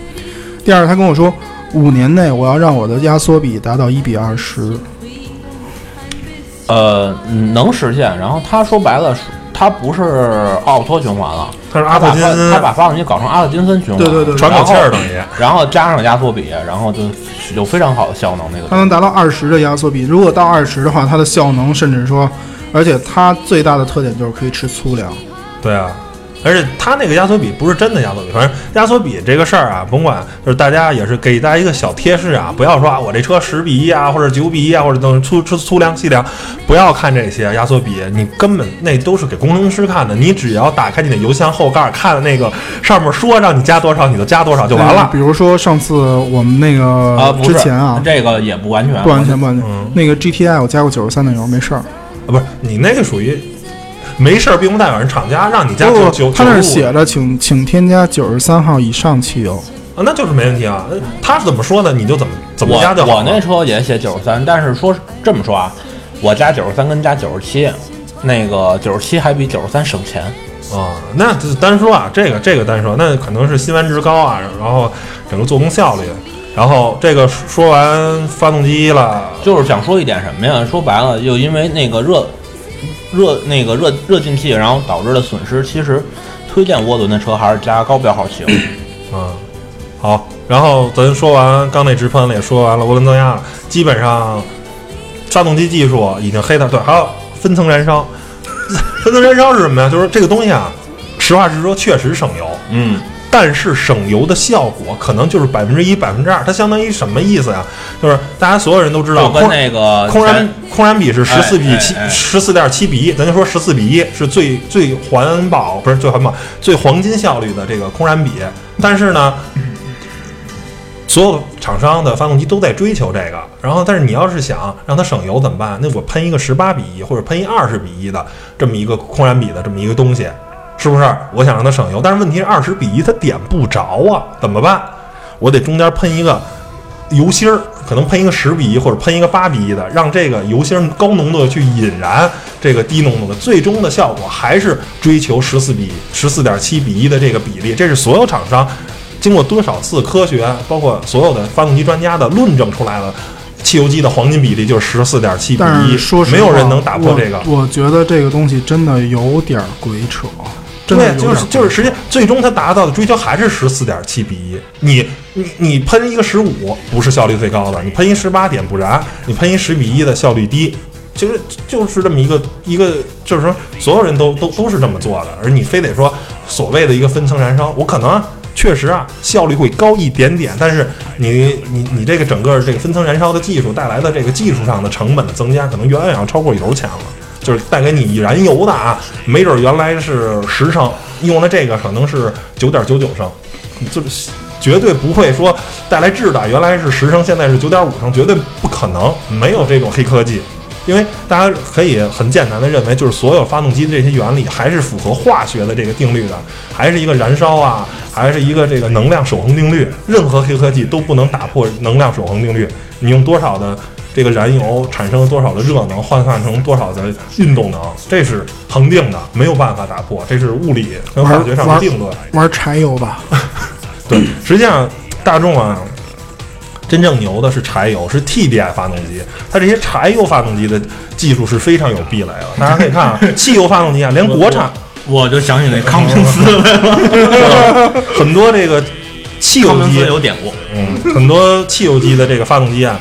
Speaker 3: 第二，他跟我说，五年内我要让我的压缩比达到一比二十。
Speaker 4: 呃，嗯能实现。然后他说白了，他不是奥托循环了，
Speaker 2: 它是阿特
Speaker 4: 他把
Speaker 2: 金
Speaker 4: 发他
Speaker 2: 森
Speaker 4: 把发动机搞成阿特金森循环，
Speaker 3: 对对对对
Speaker 2: 喘口气儿等于。
Speaker 4: 然后加上压缩比，然后就有非常好的效能。那个
Speaker 3: 它
Speaker 4: 东西
Speaker 3: 能达到二十的压缩比，如果到二十的话，它的效能甚至说，而且它最大的特点就是可以吃粗粮。
Speaker 2: 对啊，而且它那个压缩比不是真的压缩比，反正压缩比这个事儿啊，甭管就是大家也是给大家一个小贴士啊，不要说啊我这车十比一啊，或者九比一啊，或者等粗粗粗粮细粮，不要看这些压缩比，你根本那都是给工程师看的，你只要打开你的油箱后盖，看那个上面说让你加多少，你就加多少就完
Speaker 3: 嗯
Speaker 2: 了
Speaker 3: 比。如说上次我们那
Speaker 4: 啊，
Speaker 3: 个
Speaker 4: 不
Speaker 3: 之
Speaker 4: 是
Speaker 3: 前啊，
Speaker 4: 这个也不完全，
Speaker 3: 不完全不完全
Speaker 2: 嗯，
Speaker 3: 那个 GTI 我加过九十三的油，没事儿。
Speaker 2: 啊，不是你那个属于没事儿，并不代表人厂家让你加
Speaker 3: 不
Speaker 2: 九
Speaker 3: 不，
Speaker 2: 九，
Speaker 3: 他那
Speaker 2: 95
Speaker 3: 儿写着，请请添加九十三号以上汽油。
Speaker 2: 啊，那就是没问题啊。他是怎么说的，你就怎么怎么
Speaker 4: 我
Speaker 2: 加就好
Speaker 4: 我
Speaker 2: 了。
Speaker 4: 那车也写九十三，但是说这么说啊，我加九十三跟加九十七，那个九十七还比九十三省钱。
Speaker 2: 啊、那就是单说啊，这个这个单说，那可能是辛烷值高啊，然后整个做工效率，然后这个说完发动机了，
Speaker 4: 就是想说一点什么呀？说白了，就因为那个热热那个热热进气，然后导致的损失，其实推荐涡轮的车还是加高标号汽油。
Speaker 2: 嗯，好，然后咱说完缸内直喷了，也说完了涡轮增压了，基本上发动机技术已经黑它，对，还有分层燃烧，分层燃烧是什么呀？就是这个东西啊，实话实说，确实省油，
Speaker 4: 嗯，
Speaker 2: 但是省油的效果可能就是百分之一、百分之二，它相当于什么意思呀？就是大家所有人都知道，
Speaker 4: 就跟
Speaker 2: 空
Speaker 4: 那个
Speaker 2: 空燃空燃比是
Speaker 4: 呃哎
Speaker 2: 十四比七
Speaker 4: 哎哎，
Speaker 2: 十四点七比一，咱就说十四比一是最最环保，不是最环保，最黄金效率的这个空燃比。但是呢，所有厂商的发动机都在追求这个。然后，但是你要是想让它省油怎么办？那我喷一个十八比一或者喷一二十比一的这么一个空燃比的这么一个东西，是不是？我想让它省油，但是问题是二十比一它点不着啊，怎么办？我得中间喷一个油芯儿，可能喷一个十比一或者喷一个八比一的，让这个油芯儿高浓度的去引燃这个低浓度的，最终的效果还是追求十四比十四点七比一的这个比例，这是所有厂商经过多少次科学，包括所有的发动机专家的论证出来的。汽油机的黄金比例就是十四点七比
Speaker 3: 但
Speaker 2: 一
Speaker 3: 是说，实话，
Speaker 2: 没有人能打破这个。
Speaker 3: 我。我觉得这个东西真的有点儿鬼扯，真的
Speaker 2: 对就
Speaker 3: 有，点儿
Speaker 2: 是
Speaker 3: 鬼
Speaker 2: 就是，
Speaker 3: 扯
Speaker 2: 实际最终它达到的追求还是十四点七比一。你你你喷一个十五不是效率最高的，你喷一十八点不燃，你喷一十比一的效率低，其实就是这么一个一个，就是说所有人都都都是这么做的，而你非得说所谓的一个分层燃烧，我可能啊确实啊效率会高一点点，但是你你你这个整个这个分层燃烧的技术带来的这个技术上的成本的增加，可能远远要超过油钱了。就是带给你燃油的啊，没准原来是十升，用了这个可能是九点九九升，就是绝对不会说带来质的，原来是十升，现在是九点五升，绝对不可能，没有这种黑科技。因为大家可以很简单的认为，就是所有发动机的这些原理还是符合化学的这个定律的，还是一个燃烧啊，还是一个这个能量守恒定律。任何黑科技都不能打破能量守恒定律。你用多少的这个燃油产生多少的热能，换算成多少的运动能，这是恒定的，没有办法打破，这是物理跟化
Speaker 3: 玩
Speaker 2: 学上的
Speaker 3: 玩
Speaker 2: 定论。
Speaker 3: 玩柴油吧，
Speaker 2: 对，实际上大众啊，真正牛的是柴油，是 TDI 发动机。它这些柴油发动机的技术是非常有壁垒的。大家可以看啊，汽油发动机啊，连国 产
Speaker 4: 我就想起那康平 斯来了，
Speaker 2: 很多这个汽
Speaker 4: 康
Speaker 2: 油
Speaker 4: 平
Speaker 2: 机
Speaker 4: 斯有典故，
Speaker 2: 嗯，很多汽油机的这个发动机啊，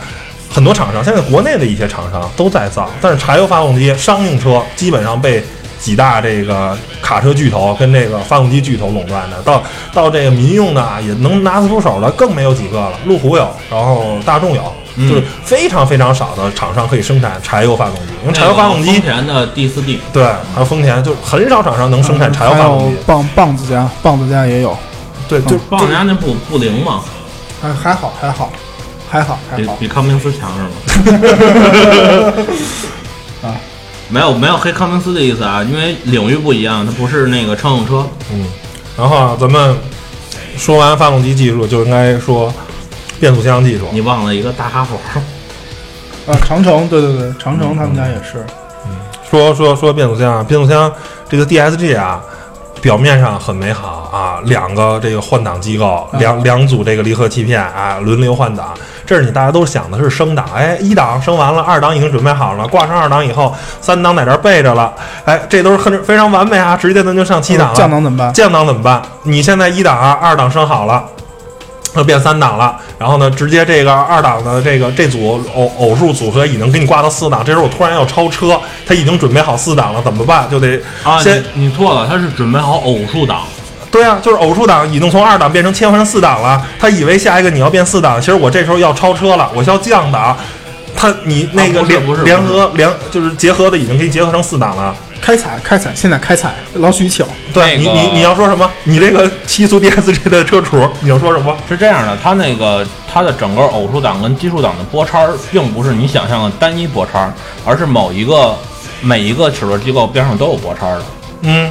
Speaker 2: 很多厂商现在国内的一些厂商都在造，但是柴油发动机商用车基本上被几大这个卡车巨头跟这个发动机巨头垄断的，到到这个民用的啊也能拿得出手的更没有几个了，路虎有，然后大众有。就是非常非常少的厂商可以生产柴油发动机，因为柴油发
Speaker 4: 嗯
Speaker 5: 丰
Speaker 2: 动机
Speaker 5: 田的第四 D，
Speaker 2: 对，还有丰田，就是很少厂商能生产柴油
Speaker 3: 还
Speaker 2: 发动
Speaker 3: 有
Speaker 2: 机。
Speaker 3: 棒棒子家，棒子家也有，
Speaker 2: 对，就
Speaker 5: 棒子家那不不灵吗？
Speaker 3: 还还好还好还好还
Speaker 4: 比
Speaker 3: 好，
Speaker 4: 比康明斯强是吗？
Speaker 3: 啊，
Speaker 4: 没有没有黑康明斯的意思啊，因为领域不一样，它不是那个乘用车。
Speaker 2: 嗯，然后啊，咱们说完发动机技术，就应该说变速箱技术。
Speaker 4: 你忘了一个大哈佛，
Speaker 3: 啊，长城，对对对，长
Speaker 2: 嗯
Speaker 3: 城他们家也是，
Speaker 2: 说说说变速箱，啊，变速箱这个 DSG 啊，表面上很美好啊，两个这个换挡机构，两两组这个离合器片啊，轮流换挡。这是你大家都想的是升档，哎，一档升完了，二档已经准备好了，挂上二档以后，三档在这儿备着了，哎，这都是很非常完美啊，直接咱就上七档了。
Speaker 3: 呃降档怎么办？
Speaker 2: 降档怎么办？你现在一档啊，二档升好了，那变三档了，然后呢，直接这个二档的这个这组偶偶数组合已经给你挂到四档，这时候我突然要超车，他已经准备好四档了，怎么办？就得
Speaker 4: 啊，
Speaker 2: 先、
Speaker 4: 你你错了，它是准备好偶数档，
Speaker 2: 对啊，就是偶数档已经从二档变成切换成四档了，他以为下一个你要变四档，其实我这时候要超车了，我需要降档。他你那个
Speaker 4: 啊不是
Speaker 2: 联、
Speaker 4: 不是
Speaker 2: 联
Speaker 4: 不是
Speaker 2: 合联就是结合的已经给你结合成四档了，
Speaker 3: 开采开采，现在开采，老许巧，
Speaker 2: 对、
Speaker 4: 那个
Speaker 2: 你你你要说什么？你这个七速 DSG 的车主你要说什么？
Speaker 4: 是这样的，它那个它的整个偶数档跟奇数档的拨叉儿，并不是你想象的单一拨叉儿，而是某一个每一个齿轮机构边上都有拨叉儿的，
Speaker 2: 嗯，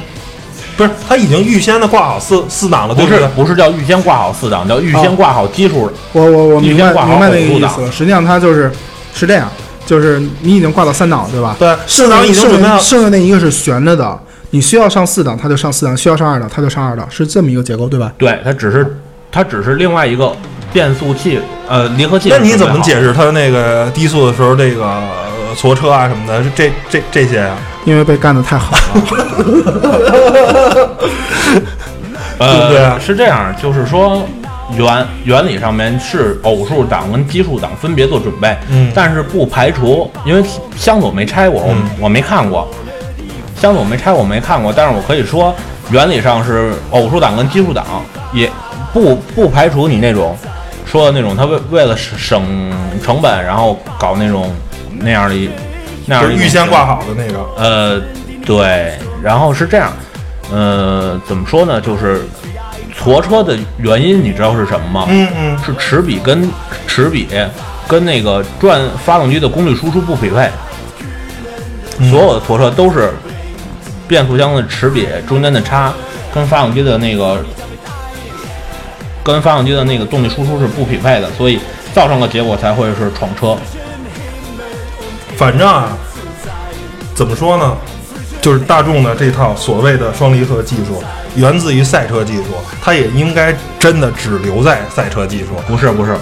Speaker 2: 不是，他已经预先的挂好四四档了，对
Speaker 4: 不
Speaker 2: 对
Speaker 4: 是？不是叫预先挂好四档，叫预先
Speaker 3: 哦
Speaker 4: 挂好奇数。
Speaker 3: 我我我明
Speaker 4: 你
Speaker 3: 白
Speaker 4: 先挂好
Speaker 3: 明白那个
Speaker 4: 偶数
Speaker 3: 意
Speaker 4: 档
Speaker 3: 思了，实际上它就是是这样，就是你已经挂到三档了，对吧？
Speaker 2: 对，四档已经
Speaker 3: 剩
Speaker 2: 准备
Speaker 3: 下
Speaker 2: 好。
Speaker 3: 剩下那一个是悬着的，你需要上四档，它就上四档；需要上二档，它就上二档，是这么一个结构，对吧？
Speaker 4: 对，它只是它只是另外一个变速器，呃，离合器。
Speaker 2: 那你怎么解？释他那个低速的时候这个呃锁车啊什么的，这这这些啊？
Speaker 3: 因为被干得太好了，
Speaker 2: 对啊不
Speaker 4: 呃，
Speaker 2: 对
Speaker 4: 是这样，就是说原原理上面是偶数档跟奇数档分别做准备，
Speaker 2: 嗯
Speaker 4: 但是不排除，因为箱子我没拆过，我
Speaker 2: 嗯
Speaker 4: 我没看过，箱子我没拆，我没看过，但是我可以说原理上是偶数档跟奇数档，也不不排除你那种说的那种他为为了省省成本，然后搞那种那样的一那样
Speaker 2: 就是
Speaker 4: 的一种
Speaker 2: 预先挂好的那个。
Speaker 4: 呃，对，然后是这样，呃，怎么说呢？就是挫车的原因，你知道是什么吗？
Speaker 2: 嗯嗯，
Speaker 4: 是齿比跟齿比跟那个转发动机的功率输出不匹配。所有的挫车都是变速箱的齿比中间的差跟发动机的那个跟发动机的那个动力输出是不匹配的，所以造成的结果才会是闯车。
Speaker 2: 反正啊，怎么说呢？就是大众的这套所谓的双离合技术，源自于赛车技术，它也应该真的只留在赛车技术。
Speaker 4: 不是不是，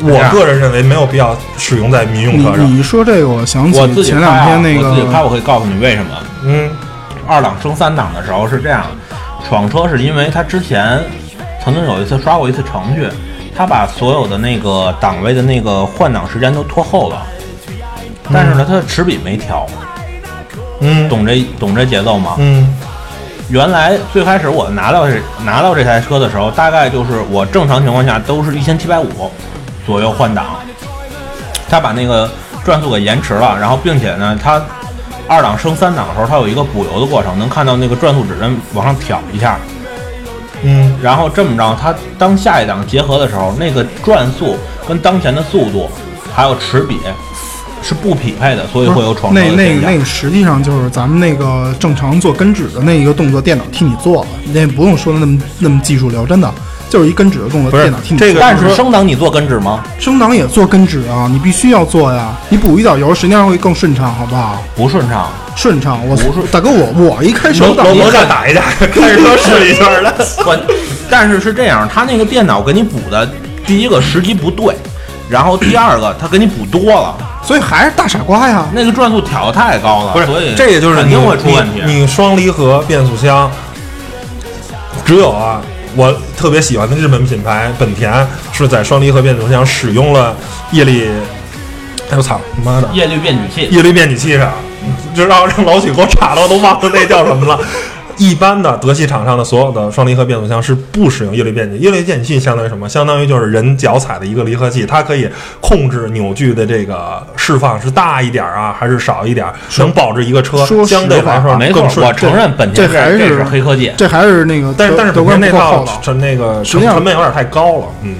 Speaker 4: 这
Speaker 2: 我
Speaker 4: 样
Speaker 2: 个人认为没有必要使用在民用车
Speaker 3: 你
Speaker 2: 上。
Speaker 3: 你一说这个，我想
Speaker 4: 我自
Speaker 3: 起
Speaker 4: 己
Speaker 3: 前
Speaker 4: 拍
Speaker 3: 两
Speaker 4: 啊
Speaker 3: 天那
Speaker 4: 我自己拍，
Speaker 3: 个
Speaker 4: 我可以告诉你为什么。
Speaker 2: 嗯，
Speaker 4: 二档升三档的时候是这样，闯车是因为他之前曾经有一次刷过一次程序，他把所有的那个档位的那个换挡时间都拖后了，但是呢，它的齿比没调，
Speaker 2: 嗯，
Speaker 4: 懂这懂这节奏吗？
Speaker 2: 嗯
Speaker 4: 原来最开始我拿到这拿到这台车的时候，大概就是我正常情况下都是一千七百五左右换挡，它把那个转速给延迟了，然后并且呢，它二档升三档的时候，它有一个补油的过程，能看到那个转速指针往上挑一下，
Speaker 2: 嗯
Speaker 4: 然后这么着，它当下一档结合的时候，那个转速跟当前的速度还有齿比是不匹配的，所以会有闯车
Speaker 3: 那
Speaker 4: 的
Speaker 3: 那
Speaker 4: 现
Speaker 3: 个
Speaker 4: 象
Speaker 3: 那。个实际上就是咱们那个正常做根指的那一个动作，电脑替你做了，那不用说的那么那么技术流，真的就是一根指的动作，
Speaker 2: 不是
Speaker 3: 电脑替你做。
Speaker 2: 这个
Speaker 4: 但是升档你做根指吗？
Speaker 3: 升档也做根指啊，你必须要做呀，你补一脚油，实际上会更顺畅，好不好？
Speaker 4: 不顺畅。
Speaker 3: 顺畅，我
Speaker 4: 不是
Speaker 3: 大哥我我一开手
Speaker 2: 楼
Speaker 3: 档
Speaker 2: 楼楼下打一架， 开着车试一圈来。
Speaker 4: 关，但是是这样，他那个电脑给你补的，第一个时机不对，然后第二个他给你补多了，
Speaker 3: 所以还是大傻瓜呀。
Speaker 4: 那个转速调得太高了，
Speaker 2: 不
Speaker 4: 所以
Speaker 2: 是，这也就是
Speaker 4: 肯
Speaker 2: 你
Speaker 4: 定会出问题。啊
Speaker 2: 你你双离合变速箱，只有啊，我特别喜欢的日本品牌本田是在双离合变速箱使用了液力，哎我操，妈的，
Speaker 5: 叶绿变矩器，
Speaker 2: 液力变矩器上，就让让老许给我查到，都忘了那叫什么 了。一般的德系厂商的所有的双离合变速箱是不使用液力变矩，液力变矩器相当于什么？相当于就是人脚踩的一个离合器，它可以控制扭矩的这个释放是大一点儿啊，还是少一点儿，能保证一个车
Speaker 3: 说实啊
Speaker 2: 相对来说
Speaker 4: 没
Speaker 2: 更
Speaker 4: 错，
Speaker 2: 顺
Speaker 4: 我承认本
Speaker 3: 这
Speaker 4: 田
Speaker 3: 还
Speaker 4: 这
Speaker 3: 是
Speaker 4: 是黑科技，
Speaker 3: 这还是那个
Speaker 2: 但是
Speaker 3: 德
Speaker 2: 但是
Speaker 3: 德
Speaker 2: 本
Speaker 3: 国
Speaker 2: 田
Speaker 3: 人
Speaker 2: 那
Speaker 3: 不够厚
Speaker 2: 套
Speaker 3: 道。
Speaker 2: 成那个
Speaker 3: 实
Speaker 2: 成
Speaker 3: 际上
Speaker 2: 成本有点太高了，嗯，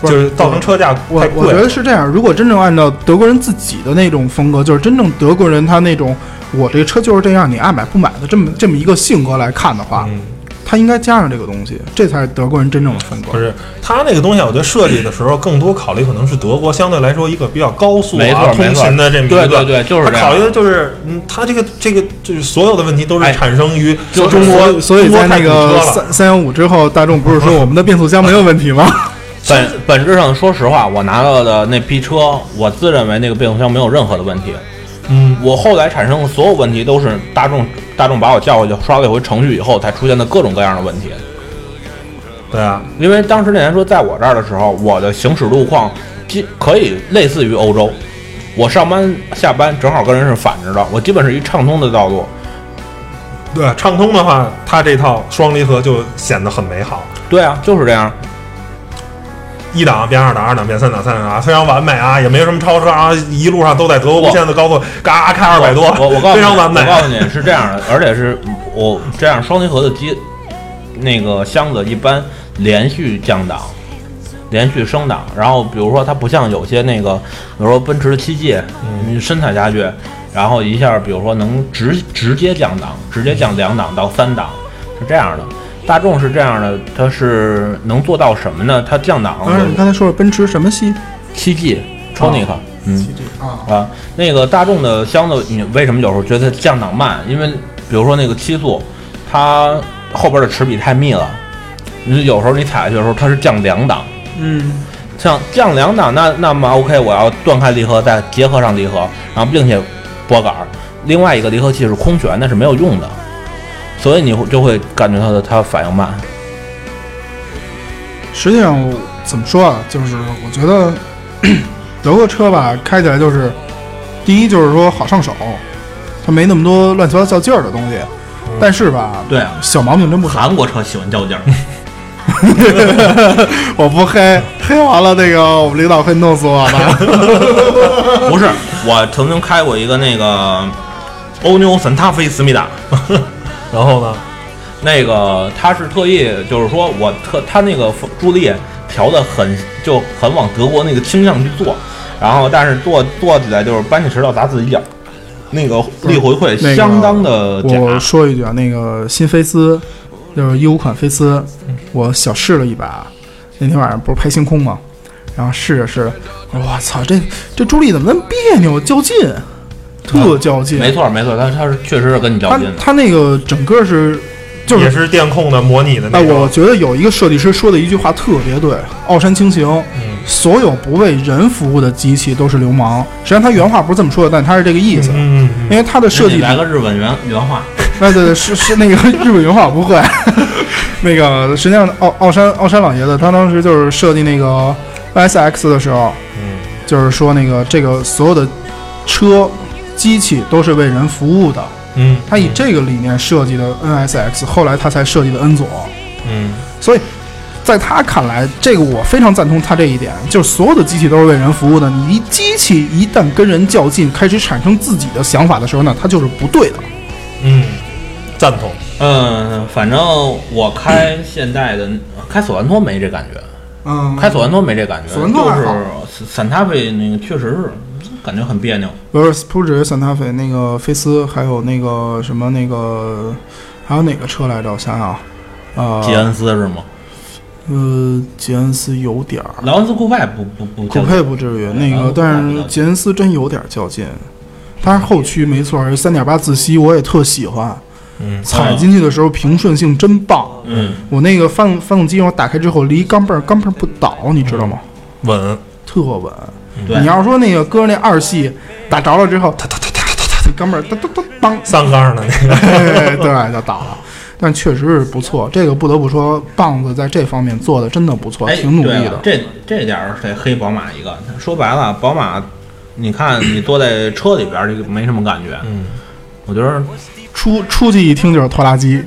Speaker 3: 不
Speaker 2: 就是是造成车价
Speaker 3: 我
Speaker 2: 太
Speaker 3: 我
Speaker 2: 贵
Speaker 3: 觉
Speaker 2: 了
Speaker 3: 得。是这样，如果真正按照德国人自己的那种风格，就是真正德国人他那种我这个车就是这样，你爱买不买的这么这么一个性格来看的话，
Speaker 2: 嗯
Speaker 3: 他应该加上这个东西，这才是德国人真正的风格
Speaker 2: 不。是，它那个东西，我觉得设计的时候更多考虑可能是德国相对来说一个比较高速
Speaker 4: 没
Speaker 2: 啊
Speaker 4: 错
Speaker 2: 通勤的这么一个，
Speaker 4: 没错对对对就是这
Speaker 2: 它
Speaker 4: 样
Speaker 2: 考虑的就是，嗯，它这个这个就是所有的问题都是
Speaker 4: 哎
Speaker 2: 产生于
Speaker 4: 就是
Speaker 2: 中国，
Speaker 3: 所以
Speaker 2: 中国
Speaker 3: 在
Speaker 2: 太
Speaker 3: 那
Speaker 2: 堵
Speaker 3: 个
Speaker 2: 车了
Speaker 3: 三三幺五之后，大众不是说我们的变速箱没有问 题吗？
Speaker 4: 本本质上说实话，我拿到的那批车，我自认为那个变速箱没有任何的问题。
Speaker 2: 嗯，
Speaker 4: 我后来产生的所有问题都是大众大众把我叫过去刷了一回程序以后才出现的各种各样的问题。
Speaker 2: 对啊，
Speaker 4: 因为当时那台车在我这儿的时候，我的行驶路况基可以类似于欧洲。我上班下班正好跟人是反着的，我基本是一畅通的道路。
Speaker 2: 对，畅通的话，它这套双离合就显得很美好，
Speaker 4: 对啊，就是这样。
Speaker 2: 一档变二档，二档变三档，三档啊，非常完美啊，也没有什么超车啊，一路上都在德国无限的高速，嘎开二百多，
Speaker 4: 我我告诉你，
Speaker 2: 非常完美
Speaker 4: 我，告诉你是这样的，而且是我这样双离合的机，那个箱子一般连续降档，连续升档。然后比如说它不像有些那个，比如说奔驰的七系，嗯，深踩下去，然后一下比如说能直直接降档，直接降两档到三档，是这样的。大众是这样的，它是能做到什么呢？它降档
Speaker 2: 嗯
Speaker 3: 当然，你刚才说了奔驰什么系
Speaker 4: 七 G Tronic，、嗯，
Speaker 3: 啊？
Speaker 4: 啊，那个大众的箱子，你为什么有时候觉得它降档慢？因为比如说那个七速，它后边的齿比太密了，你有时候你踩下去的时候它是降两档，
Speaker 3: 嗯，
Speaker 4: 像降两档，那那么 OK，我要断开离合，再结合上离合，然后并且拨杆儿。另外一个离合器是空悬的，是没有用的，所以你会就会感觉它的它反应慢。
Speaker 3: 实际上我怎么说啊？就是我觉得 德国车吧，开起来就是第一就是说好上手，它没那么多乱七八糟劲儿的东西，
Speaker 2: 嗯
Speaker 3: 但是吧，
Speaker 5: 对啊，
Speaker 3: 小毛病真不少。
Speaker 5: 韩国车喜欢较劲儿，
Speaker 3: 我不黑，黑完了那个我们领导会弄死我的。
Speaker 4: 不是，我曾经开过一个那个欧牛散塔菲思密达。
Speaker 2: 然后呢，
Speaker 4: 那个他是特意就是说我特他那个助力调的很就很往德国那个倾向去做，然后但是做做起来就是搬起石头砸自己脚，那个力回
Speaker 3: 那
Speaker 4: 馈
Speaker 3: 个
Speaker 4: 相当的假。
Speaker 3: 我说一句啊，那个新菲斯就是一五款菲斯，我小试了一把，那天晚上不是拍星空吗？然后试着试着，我说我操，这这助力怎么那么别扭，较劲，特较劲。
Speaker 4: 没错没错，他他是确实是跟你较
Speaker 3: 它
Speaker 4: 劲的。
Speaker 3: 它那个整个是就
Speaker 2: 也
Speaker 3: 是。
Speaker 2: 是电控的模拟的
Speaker 3: 哎，
Speaker 2: 那种，
Speaker 3: 我觉得有一个设计师说的一句话特别对：奥山轻型，所有不为人服务的机器都是流氓。实际上，他原话不是这么说的，但他是这个意思。
Speaker 2: 嗯，嗯嗯
Speaker 3: 因为它的设计
Speaker 5: 你，来个日本原原话，
Speaker 3: 哎，对对，是是那个日本原话我不会。那个实际上，奥奥山奥山老爷子他当时就是设计那个 S X 的时候，
Speaker 2: 嗯
Speaker 3: 就是说那个这个所有的车、机器都是为人服务的。
Speaker 2: 嗯
Speaker 3: 它以这个理念设计的 NSX，后来它才设计的 N 左。
Speaker 2: 嗯
Speaker 3: 所以，在他看来，这个我非常赞同他这一点，就是所有的机器都是为人服务的。你一机器一旦跟人较劲，开始产生自己的想法的时候呢，它就是不对的。
Speaker 2: 嗯，赞同。
Speaker 4: 嗯，反正我开现代的，开索兰托没这感觉，
Speaker 3: 嗯
Speaker 4: 开索兰托没这感觉，
Speaker 3: 索兰托还
Speaker 4: 就是
Speaker 3: 好
Speaker 4: 散散踏费那个确实是感觉很别扭。
Speaker 3: 不是不止散踏菲那个菲斯，还有那个什么那个，还有哪个车来着？我想想啊，呃，
Speaker 4: 吉恩斯是吗？
Speaker 3: 呃，杰恩斯有点儿，
Speaker 4: 劳恩斯酷派不不不
Speaker 3: 酷
Speaker 4: 叫，
Speaker 3: 配不至于那个，但是杰恩斯真有点儿较劲。但是后驱没错儿，三点八自吸我也特喜欢，
Speaker 2: 嗯
Speaker 3: 踩进去的时候平顺性真棒。
Speaker 4: 嗯，
Speaker 3: 我那个发动发动机我打开之后离钢镚儿钢镚儿不倒，你知道吗？
Speaker 2: 稳，
Speaker 3: 特稳。
Speaker 4: 对
Speaker 3: 你要是说那个哥那二系打着了之后，哒哒哒哒哒哒，钢镚儿哒哒哒当，
Speaker 2: 三缸的那个。
Speaker 3: 对，就倒了。但确实是不错，这个不得不说，棒子在这方面做的真的不错，
Speaker 4: 哎，
Speaker 3: 挺努
Speaker 4: 对
Speaker 3: 力
Speaker 4: 了
Speaker 3: 的。
Speaker 4: 这这点儿得黑宝马一个。说白了，宝马，你看你坐在车里边儿就没什么感觉。
Speaker 2: 嗯，
Speaker 4: 我觉得
Speaker 3: 出出去一听就是拖拉机，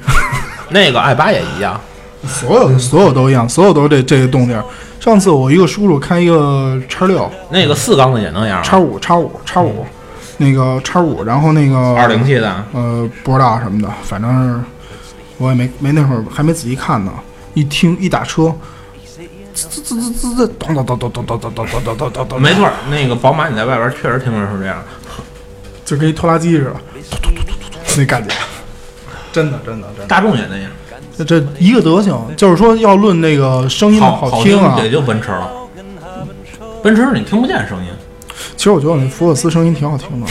Speaker 4: 那个 i 八也一样。
Speaker 3: 所有所有都一样，所有都是这这个动静儿。上次我一个叔叔开一个叉六、
Speaker 4: 那个四缸的也那样，
Speaker 3: 叉五、叉五、叉五，那个叉五，然后那个
Speaker 4: 二零系的，
Speaker 3: 呃，不知道什么的，反正是我也没没那会儿还没仔细看呢。一听一打车，滋滋滋滋滋，咚咚咚咚咚咚咚咚咚咚咚咚，
Speaker 4: 没错儿，那个宝马你在外边儿确实听着是这样。
Speaker 3: 就跟一拖拉机似的，那感觉，真的真的真的，
Speaker 4: 大众也那样，
Speaker 3: 这这一个德行，就是说要论那个声音的
Speaker 4: 好好
Speaker 3: 听啊。
Speaker 4: 也就奔驰了。奔驰你听不见声音，
Speaker 3: 其实我觉得我那福克斯声音挺好听的，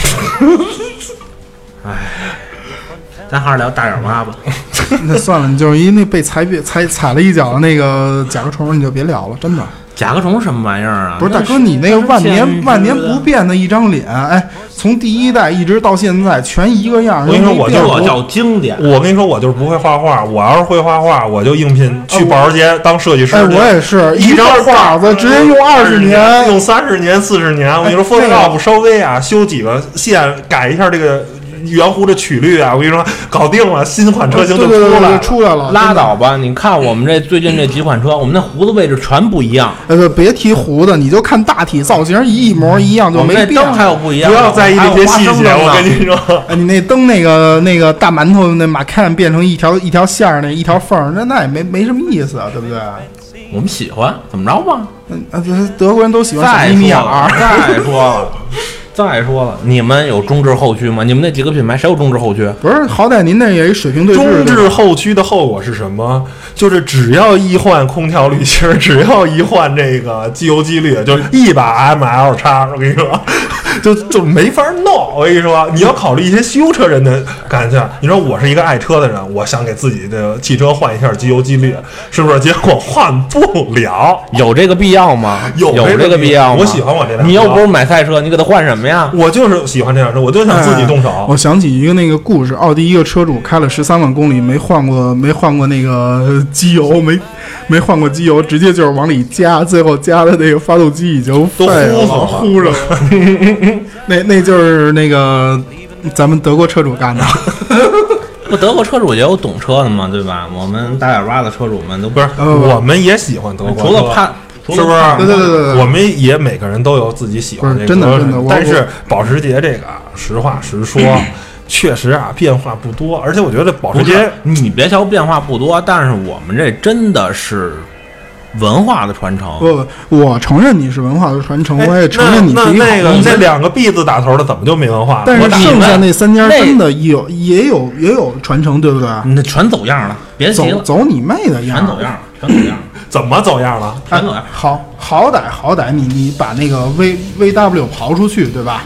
Speaker 4: 咱还是聊大眼蛙吧。
Speaker 3: 那算了，你就是因为那被踩扁踩踩了一脚的那个甲壳虫，你就别聊了，真的。
Speaker 4: 甲壳虫什么玩意儿啊？
Speaker 3: 不是大
Speaker 4: 那
Speaker 3: 哥，你那个万
Speaker 4: 那是现
Speaker 3: 年
Speaker 4: 实
Speaker 3: 万年
Speaker 4: 的
Speaker 3: 不变的一张脸，哎，从第一代一直到现在，全一个样儿。
Speaker 2: 我跟你说我就
Speaker 3: 没变
Speaker 2: 是
Speaker 3: 过
Speaker 4: 这叫经典。
Speaker 2: 我跟你说，我就是不会画画。我要是会画画，我就应聘去保时捷当设计师去。
Speaker 3: 哎，我也是
Speaker 2: 一
Speaker 3: 张
Speaker 2: 张
Speaker 3: 画子直接用二十年。
Speaker 2: 用三十年、四十年。我跟你说
Speaker 3: 哎那
Speaker 2: ，Photoshop 稍微啊修几个线，改一下这个圆弧的曲率啊，我跟你说，搞定了，新款车
Speaker 3: 对
Speaker 2: 型
Speaker 3: 对
Speaker 2: 就
Speaker 3: 对
Speaker 2: 出来
Speaker 3: 对，
Speaker 2: 了
Speaker 3: 对。出来了，
Speaker 4: 拉倒吧！你看我们这最近这几款车，我们那胡子位置全不一样，
Speaker 3: 真的！呃，别提胡子，你就看大体造型一模一样，就
Speaker 4: 我们
Speaker 3: 没
Speaker 4: 这
Speaker 3: 变。
Speaker 4: 灯还有不一样。
Speaker 2: 不要在意那些细节，我 跟
Speaker 4: 你
Speaker 2: 你说，
Speaker 3: 哎，你那灯那个那个大馒头那马看变成一条一条线儿那一条缝儿，那那也没没什么意思啊，对不对？
Speaker 4: 我们喜欢怎么着吧？
Speaker 3: 嗯，啊这德国人都喜欢小
Speaker 4: 再
Speaker 3: 眯眯
Speaker 4: 说
Speaker 3: 眼
Speaker 4: 了，
Speaker 3: 儿。
Speaker 4: 再说了，再说了，你们有中置后驱吗？你们那几个品牌谁有中置后驱？
Speaker 3: 不是，好歹您那也是水平对峙的。
Speaker 2: 中置后驱的后果是什么？就是只要一换空调滤芯儿，只要一换这个机油机滤，就是一把 ML 叉。我跟你说，就就没法弄。我跟你说，你要考虑一些修车人的感觉。你说我是一个爱车的人，我想给自己的汽车换一下机油机滤，是不是？结果换不了。
Speaker 4: 有这个必要吗？
Speaker 2: 有
Speaker 4: 有
Speaker 2: 这个
Speaker 4: 个
Speaker 2: 必
Speaker 4: 必要吗？
Speaker 2: 我喜欢我这辆
Speaker 4: 你又
Speaker 2: 车
Speaker 4: 不是买赛车，你给它换什么呀？
Speaker 2: 我就是喜欢这辆车，我就想自己动手。
Speaker 3: 哎我想起一个那个故事，奥迪一个车主开了十三万公里，没换过没换过那个机油，没没换过机油，直接就是往里加，最后加的那个发动机已经废
Speaker 2: 都
Speaker 3: 了，
Speaker 2: 呼
Speaker 3: 呼上了。 那那就是那个咱们德国车主干的，
Speaker 4: 不，德国车主也有懂车的嘛，对吧？我们大眼蛙的车主们都不是，
Speaker 3: 呃
Speaker 2: 我们也喜欢德国车，
Speaker 4: 除了盼，除
Speaker 2: 是不
Speaker 4: 了
Speaker 2: 是？
Speaker 3: 对对对对对
Speaker 2: 我们也每个人都有自己喜欢
Speaker 3: 不
Speaker 2: 这个
Speaker 3: 是真的
Speaker 2: 车
Speaker 3: 真的我
Speaker 2: 但是保时捷这个啊，实话实 说，确实啊变化不多，而且我觉得保时
Speaker 4: 不
Speaker 2: 捷
Speaker 4: 是，你别瞧变化不多，但是我们这真的是文化的传承。
Speaker 3: 不，我承认你是文化的传承，
Speaker 2: 哎
Speaker 3: 我也承认你
Speaker 2: 那
Speaker 3: 是一
Speaker 2: 那
Speaker 3: 好
Speaker 2: 个
Speaker 3: 东西
Speaker 2: 那两个 B 字打头的怎么就没文化了？
Speaker 3: 但是
Speaker 4: 我打
Speaker 3: 剩下
Speaker 4: 你们
Speaker 3: 那三家
Speaker 4: 那嗯
Speaker 3: 真的有也有也有传承，对不对？
Speaker 4: 你那全走样了，别提
Speaker 3: 走
Speaker 4: 了，
Speaker 3: 走你妹的样
Speaker 4: 全
Speaker 3: 儿！
Speaker 4: 走样了，全走样了，
Speaker 2: 怎么走样了？
Speaker 4: 全走样了。
Speaker 3: 好，好歹好歹你你把那个 V V W 刨出去，对吧？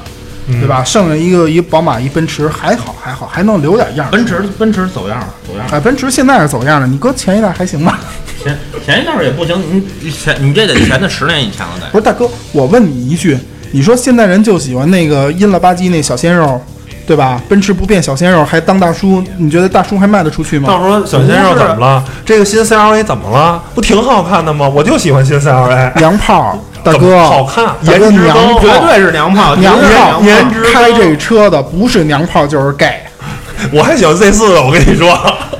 Speaker 2: 嗯
Speaker 3: 对吧？剩下一个一宝马一奔驰，还好还好，还能留点样儿。
Speaker 4: 奔驰，奔驰走样了，走样了。
Speaker 3: 哎，奔驰现在是走样了，你搁前一代还行吧？
Speaker 4: 前前一段儿也不行，你你前你这得前的十年以前了得。
Speaker 3: 不是大哥，我问你一句，你说现代人就喜欢那个阴了吧唧那小鲜肉，对吧？奔驰不变小鲜肉还当大叔，你觉得大叔还卖得出去
Speaker 2: 到
Speaker 3: 吗？
Speaker 2: 时候小鲜肉怎么了？这个新 CLA 怎么了？不挺好看的吗？我就喜欢新 CLA。
Speaker 3: 洋炮儿，大
Speaker 2: 怎么
Speaker 3: 哥，
Speaker 2: 好看，
Speaker 3: 大
Speaker 2: 颜
Speaker 3: 哥
Speaker 2: 值
Speaker 3: 娘
Speaker 2: 高，
Speaker 3: 炮
Speaker 4: 绝对是娘炮，
Speaker 3: 哦娘
Speaker 4: 绝对是
Speaker 3: 炮，
Speaker 4: 娘
Speaker 2: 颜
Speaker 4: 炮
Speaker 2: 值
Speaker 3: 开这车的不是娘炮就是 gay。
Speaker 2: 我还喜欢 Z 四呢，我跟你说，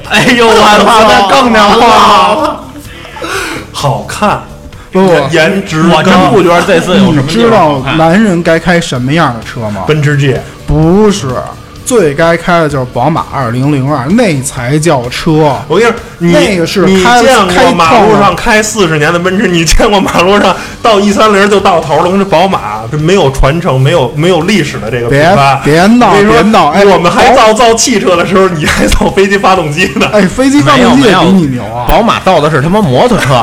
Speaker 4: 哎呦 我操，那更娘炮了！
Speaker 2: 好看，
Speaker 3: 不不，
Speaker 2: 颜值
Speaker 4: 我真
Speaker 2: 高
Speaker 4: 不觉得这次有什
Speaker 3: 你
Speaker 4: 么地
Speaker 3: 知
Speaker 4: 方
Speaker 3: 道
Speaker 4: 好看
Speaker 3: 男人该开什么样的车吗？
Speaker 2: 奔驰 G，
Speaker 3: 不是，最该开的就是宝马二零零二，那才叫车。
Speaker 2: 我跟你说，你
Speaker 3: 那个是
Speaker 2: 你
Speaker 3: 开
Speaker 2: 见
Speaker 3: 开
Speaker 2: 过马路
Speaker 3: 创
Speaker 2: 上开四十年的奔驰，你见过马路上到一三零就到头了？跟这宝马是没有传承、没有没有历史的这个品
Speaker 3: 别
Speaker 2: 牌。
Speaker 3: 别闹
Speaker 2: 我跟你说
Speaker 3: 别闹哎
Speaker 2: 我们还
Speaker 3: 宝
Speaker 2: 造造汽车的时候，你还造飞机发动机呢。
Speaker 3: 哎，飞机发
Speaker 4: 没有
Speaker 3: 动机
Speaker 4: 没
Speaker 3: 也
Speaker 4: 有
Speaker 3: 比你牛啊！
Speaker 4: 宝马造的是他妈摩托车，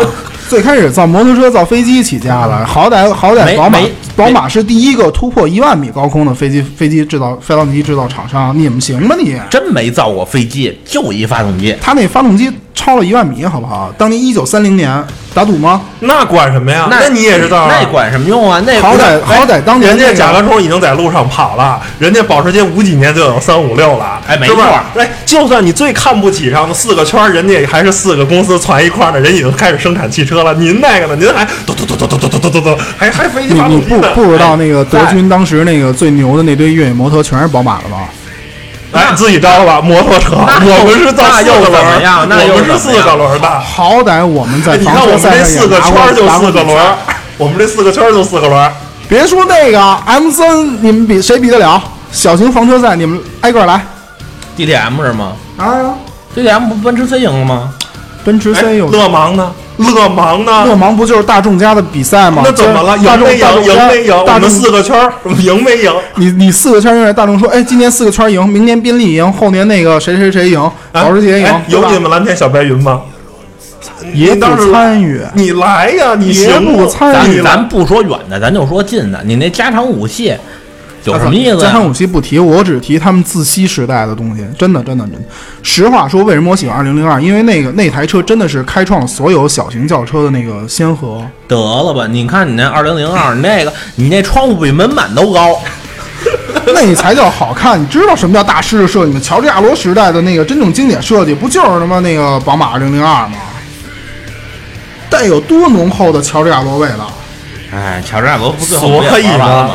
Speaker 3: 最开始造摩托车、造飞机起家
Speaker 2: 嗯
Speaker 3: 的，好歹好歹
Speaker 4: 没
Speaker 3: 宝马
Speaker 4: 没
Speaker 3: 宝马是第一个突破一万米高空的飞机飞机制造发动机制造厂商，你们行吧你？
Speaker 4: 真没造过飞机，就一发动机。
Speaker 3: 他那发动机超了一万米，好不好？当年一九三零年打赌吗？
Speaker 2: 那管什么呀？
Speaker 4: 那
Speaker 2: 你也是造啊？
Speaker 4: 那管什么用啊？那
Speaker 2: 哎
Speaker 3: 好歹好歹当年
Speaker 2: 人
Speaker 3: 那
Speaker 2: 家
Speaker 3: 个
Speaker 2: 甲壳虫已经在路上跑了，人家保时捷五几年就有三五六了，
Speaker 4: 哎没
Speaker 2: 是不是
Speaker 4: 错
Speaker 2: 哎，就算你最看不起上的四个圈儿，人家也还是四个公司攒一块儿的，人已经开始生产汽车了。您那个呢？您还嘟嘟嘟嘟嘟嘟嘟嘟嘟嘟，还还飞机
Speaker 3: 你
Speaker 2: 发
Speaker 3: 你
Speaker 2: 动机
Speaker 3: 不
Speaker 2: 呢？
Speaker 3: 不知道那个德
Speaker 2: 哎
Speaker 4: 在
Speaker 3: 军当时那个最牛的那堆越野摩托全是宝马的吗？
Speaker 2: 哎，自己招吧，摩托车，
Speaker 4: 那又
Speaker 2: 我们是造
Speaker 4: 那
Speaker 2: 四
Speaker 4: 又
Speaker 2: 个轮
Speaker 4: 怎
Speaker 2: 儿
Speaker 4: 么样那又
Speaker 2: 我们是
Speaker 4: 怎么
Speaker 2: 四
Speaker 4: 样
Speaker 2: 个轮儿的。
Speaker 3: 好歹我们在
Speaker 2: 哎你
Speaker 3: 房
Speaker 2: 看我
Speaker 3: 车
Speaker 2: 们这
Speaker 3: 赛上
Speaker 2: 四
Speaker 3: 也
Speaker 2: 个
Speaker 3: 拿
Speaker 2: 圈
Speaker 3: 过
Speaker 2: 儿就
Speaker 3: 拿过
Speaker 2: 四个
Speaker 3: 比赛
Speaker 2: 轮儿，我们这四个圈儿就四个 轮儿。
Speaker 3: 别说那个 M 森，你们比谁比得了？小型房车赛，你们挨个儿来。
Speaker 4: DTM 是吗
Speaker 3: 啊，
Speaker 4: ？DTM 不奔驰 C 赢了吗？
Speaker 3: 奔驰
Speaker 2: 哎
Speaker 3: C 有
Speaker 2: 勒芒呢？勒芒呢？
Speaker 3: 勒芒不就是大众家的比赛吗？
Speaker 2: 那怎么了？
Speaker 3: 就是大
Speaker 2: 赢
Speaker 3: 众
Speaker 2: 没
Speaker 3: 大
Speaker 2: 赢？
Speaker 3: 众
Speaker 2: 赢
Speaker 3: 家
Speaker 2: 没赢？我
Speaker 3: 大
Speaker 2: 们
Speaker 3: 众
Speaker 2: 四个 圈儿赢没赢？
Speaker 3: 你你四个圈儿认为大众说，哎，今年四个圈儿赢，明年宾利赢，后年那个谁谁谁赢，
Speaker 2: 啊
Speaker 3: 保时捷赢
Speaker 2: 哎，
Speaker 3: 对
Speaker 2: 有
Speaker 3: 吧
Speaker 2: 你们蓝天小白云吗？
Speaker 3: 也
Speaker 2: 你当
Speaker 3: 不
Speaker 2: 时
Speaker 3: 参与，
Speaker 2: 你来呀，你
Speaker 3: 也
Speaker 2: 行
Speaker 3: 不参
Speaker 2: 你
Speaker 3: 与
Speaker 4: 咱
Speaker 2: 来
Speaker 4: 咱不说远的，咱就说近的。你那加长武器有什么意思啊
Speaker 3: 加
Speaker 4: 呀？
Speaker 3: 上武器不提，我只提他们自吸时代的东西，真的，真的，真的。实话说，为什么我喜欢二零零二？因为那个那台车真的是开创了所有小型轿车的那个先河。
Speaker 4: 得了吧，你看你那二零零二，你那个你那窗户比门板都高，
Speaker 3: 那你才叫好看。你知道什么叫大师的设计吗？乔治亚罗时代的那个真正经典设计，不就是他妈那个宝马2002吗？带有多浓厚的乔治亚罗味了。
Speaker 4: 哎，乔治亚罗不最后不也
Speaker 2: 所以
Speaker 4: 玩完了
Speaker 2: 呢
Speaker 4: 吗？，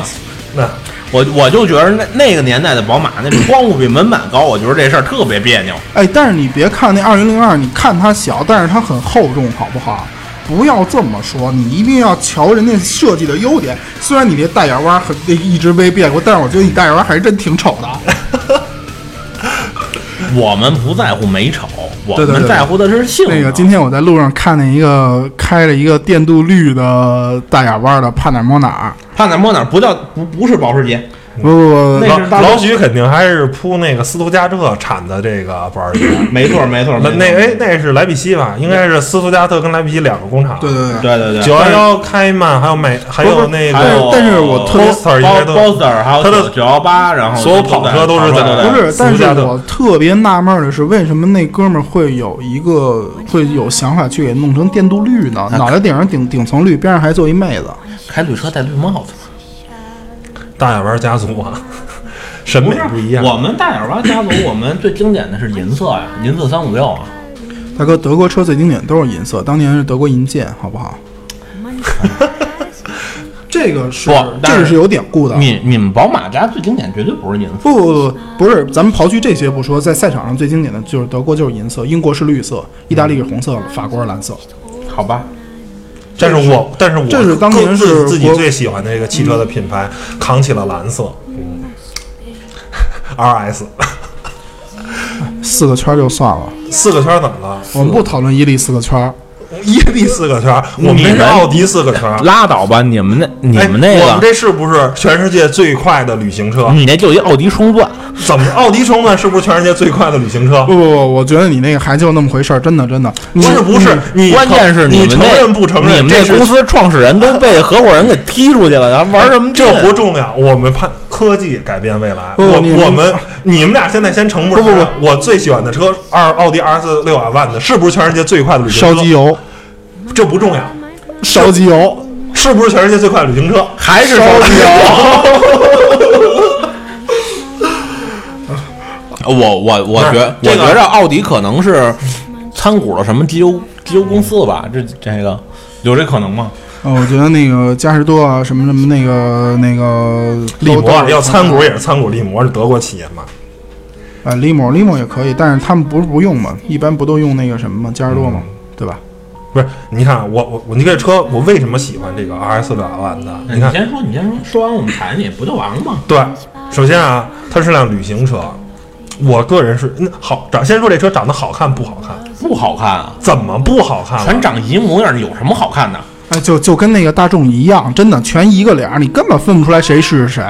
Speaker 2: 那
Speaker 4: 我我就觉得那那个年代的宝马 那窗户比门板高，我觉得这事儿特别别扭。
Speaker 3: 哎，但是你别看那2002，你看它小，但是它很厚重，好不好？不要这么说，你一定要瞧人家设计的优点。虽然你这大眼弯很一直没变过，但是我觉得你大眼弯还真挺丑 的。
Speaker 4: 我们不在乎美丑，我
Speaker 3: 对对
Speaker 4: 们
Speaker 3: 对
Speaker 4: 在乎的是啊性能。
Speaker 3: 那个今天我在路上看见一个开着一个电镀绿的大眼弯的，怕哪儿摸哪儿。
Speaker 4: 帕纳摩哪儿不叫不不是保时捷，
Speaker 3: 不不不，
Speaker 4: 嗯那是
Speaker 2: 老
Speaker 4: 大
Speaker 2: 老许肯定还是铺那个斯图加特产的这个保时捷。
Speaker 4: 没错没错，
Speaker 2: 那
Speaker 4: 没错
Speaker 2: 那哎，那是莱比锡吧？应该是斯图加特跟莱比锡两个工厂。
Speaker 3: 对对对。
Speaker 4: 对对对，
Speaker 2: 九幺幺、开曼，还有美，还有那
Speaker 4: 还
Speaker 2: 个
Speaker 4: 有
Speaker 3: 但是我特别
Speaker 2: Boxster 应该都
Speaker 4: Boxster 还有
Speaker 2: 它的
Speaker 4: 九幺八，然后
Speaker 2: 所有跑车都是在
Speaker 4: 在
Speaker 3: 不是，但
Speaker 2: 私
Speaker 3: 是
Speaker 2: 家的
Speaker 3: 我特别纳闷的是，为什么那哥们儿会有一个会有想法去给弄成电镀绿呢？脑袋顶上顶顶层绿，边上还坐一妹子，
Speaker 4: 开绿车戴绿帽子。
Speaker 2: 大眼弯家族啊， 审美不一样。
Speaker 4: 我们大眼蛙 家族，我们最经典的是银色呀，银色三五六啊。
Speaker 3: 大哥，德国车最经典都是银色，当年是德国银剑，好不好？ 这个是
Speaker 4: 不
Speaker 3: 这
Speaker 4: 但是
Speaker 3: 个是有典故的。
Speaker 4: 你你们宝马家最经典绝对不是银色，
Speaker 3: 不不不，不是，咱们刨去这些不说，在赛场上最经典的就是德国就是银色，英国是绿色，意大利是红色，法国是蓝色。
Speaker 4: 好吧？
Speaker 2: 但是我，但是我
Speaker 3: 这是当
Speaker 2: 更
Speaker 3: 年
Speaker 2: 自
Speaker 3: 是
Speaker 2: 自己
Speaker 3: 国
Speaker 2: 最喜欢的这个汽车的品牌，扛起了蓝色。R S
Speaker 3: 四个圈儿就算了，
Speaker 2: 四个圈儿怎么了？
Speaker 3: 我们不讨论伊利四个圈儿。
Speaker 2: 伊利四个圈儿，我们这
Speaker 4: 你
Speaker 2: 是
Speaker 4: 们
Speaker 2: 奥迪四个圈儿。
Speaker 4: 拉倒吧，你们那你
Speaker 2: 哎
Speaker 4: 们那
Speaker 2: 我们嗯
Speaker 4: 个，
Speaker 2: 这是不是全世界最快的旅行车？
Speaker 4: 你那就一奥迪双钻，
Speaker 2: 怎么，奥迪冲呢？是不是全世界最快的旅行车？
Speaker 3: 不不不，我觉得你那个还就那么回事儿，真的真的。
Speaker 2: 不
Speaker 3: 你
Speaker 2: 是不嗯是，你
Speaker 4: 关键是
Speaker 2: 承你
Speaker 4: 们
Speaker 2: 承
Speaker 4: 那
Speaker 2: 认不承
Speaker 4: 你
Speaker 2: 认？
Speaker 4: 们
Speaker 2: 这
Speaker 4: 那
Speaker 2: 是
Speaker 4: 公司创始人都被合伙人给踢出去了，然后玩什么劲
Speaker 2: 哎这不重要，我们判科技改变未来。
Speaker 3: 不
Speaker 2: 我
Speaker 3: 你
Speaker 2: 我们你们俩现在先承不承认？
Speaker 3: 不
Speaker 2: 我最喜欢的车二奥迪 R 四六 R 万的，是不是全世界最快的旅行车？
Speaker 3: 烧机油，
Speaker 2: 这不重要，
Speaker 3: 烧机油，
Speaker 2: 是不是全世界最快的旅行车？
Speaker 4: 还是
Speaker 3: 烧
Speaker 4: 说
Speaker 3: 机油。
Speaker 4: 我我我觉
Speaker 2: 不
Speaker 4: 我
Speaker 2: 是这个
Speaker 4: 觉着奥迪可能是参股了什么机油机油公司吧，这这个有这可能吗？
Speaker 3: 呃，我觉得那个嘉实多啊，什么什么那个那个
Speaker 2: 利
Speaker 3: 都
Speaker 2: 摩
Speaker 3: 都
Speaker 2: 啊
Speaker 3: 是
Speaker 2: 要参股也是参股利摩，是德国企业嘛。
Speaker 3: 呃，利摩利摩也可以，但是他们不是不用嘛，一般不都用那个什么嘛，嘉实多
Speaker 2: 嗯
Speaker 3: 嘛，对吧？
Speaker 2: 不是，你看我我我，你这车我为什么喜欢这个 RS 两万的？
Speaker 5: 你
Speaker 4: 哎
Speaker 2: 你看，
Speaker 5: 先说，你先说，说完我们谈也不就完了吗？
Speaker 2: 对，首先啊，它是辆旅行车，我个人是嗯好长，先说这车长得好看不好看？
Speaker 5: 不好看啊，
Speaker 2: 怎么不好看啊了？
Speaker 5: 全长一模样，有什么好看的？
Speaker 3: 哎，就就跟那个大众一样，真的全一个脸儿，你根本分不出来谁是谁。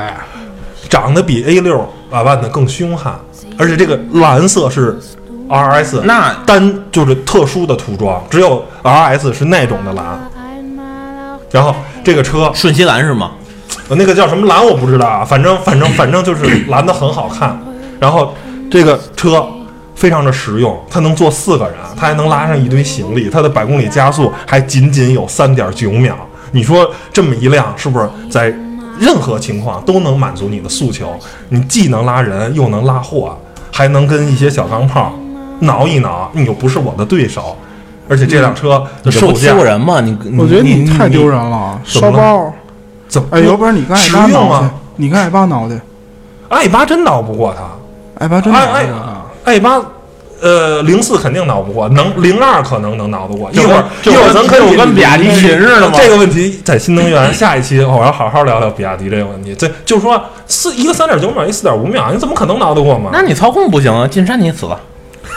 Speaker 2: 长得比 A 六百万的更凶悍，而且这个蓝色是 RS
Speaker 5: 那
Speaker 2: 单就是特殊的涂装，只有 RS 是那种的蓝。然后这个车
Speaker 5: 瞬息蓝是吗？
Speaker 2: 呃那个叫什么蓝我不知道啊，反正反正反正就是蓝的很好看。然后这个车非常的实用，它能坐四个人，啊它还能拉上一堆行李，它的百公里加速还仅仅有三点九秒。你说这么一辆是不是在任何情况都能满足你的诉求？你既能拉人，又能拉货，还能跟一些小钢炮挠一挠，你又不是我的对手。而且这辆车
Speaker 5: 嗯你
Speaker 2: 的售
Speaker 5: 不
Speaker 2: 价
Speaker 5: 欺负人吗？你你
Speaker 3: 我觉得
Speaker 5: 你
Speaker 3: 太丢人了，
Speaker 2: 怎么了
Speaker 3: 烧包。
Speaker 2: 怎么？
Speaker 3: 哎，要不然你跟艾
Speaker 2: 实
Speaker 3: 巴
Speaker 2: 用
Speaker 3: 挠去
Speaker 2: 啊！，
Speaker 3: 你跟艾巴挠去，
Speaker 2: 艾巴真挠不过他。
Speaker 3: 艾巴真挠
Speaker 2: 哎
Speaker 3: 去
Speaker 2: 哎
Speaker 3: 啊。
Speaker 2: A 八，呃，零四肯定挠不过，能零二可能能挠得过。一
Speaker 5: 就
Speaker 2: 会儿一
Speaker 5: 跟
Speaker 2: 会儿咱可以
Speaker 5: 就跟比亚迪秦似的嘛
Speaker 2: 这个问题在新能源下一期我要好好聊聊比亚迪这个问题。这就是说四一个三点九秒，一四点五秒，你怎么可能挠得过嘛？
Speaker 5: 那你操控不行啊，进山你死了。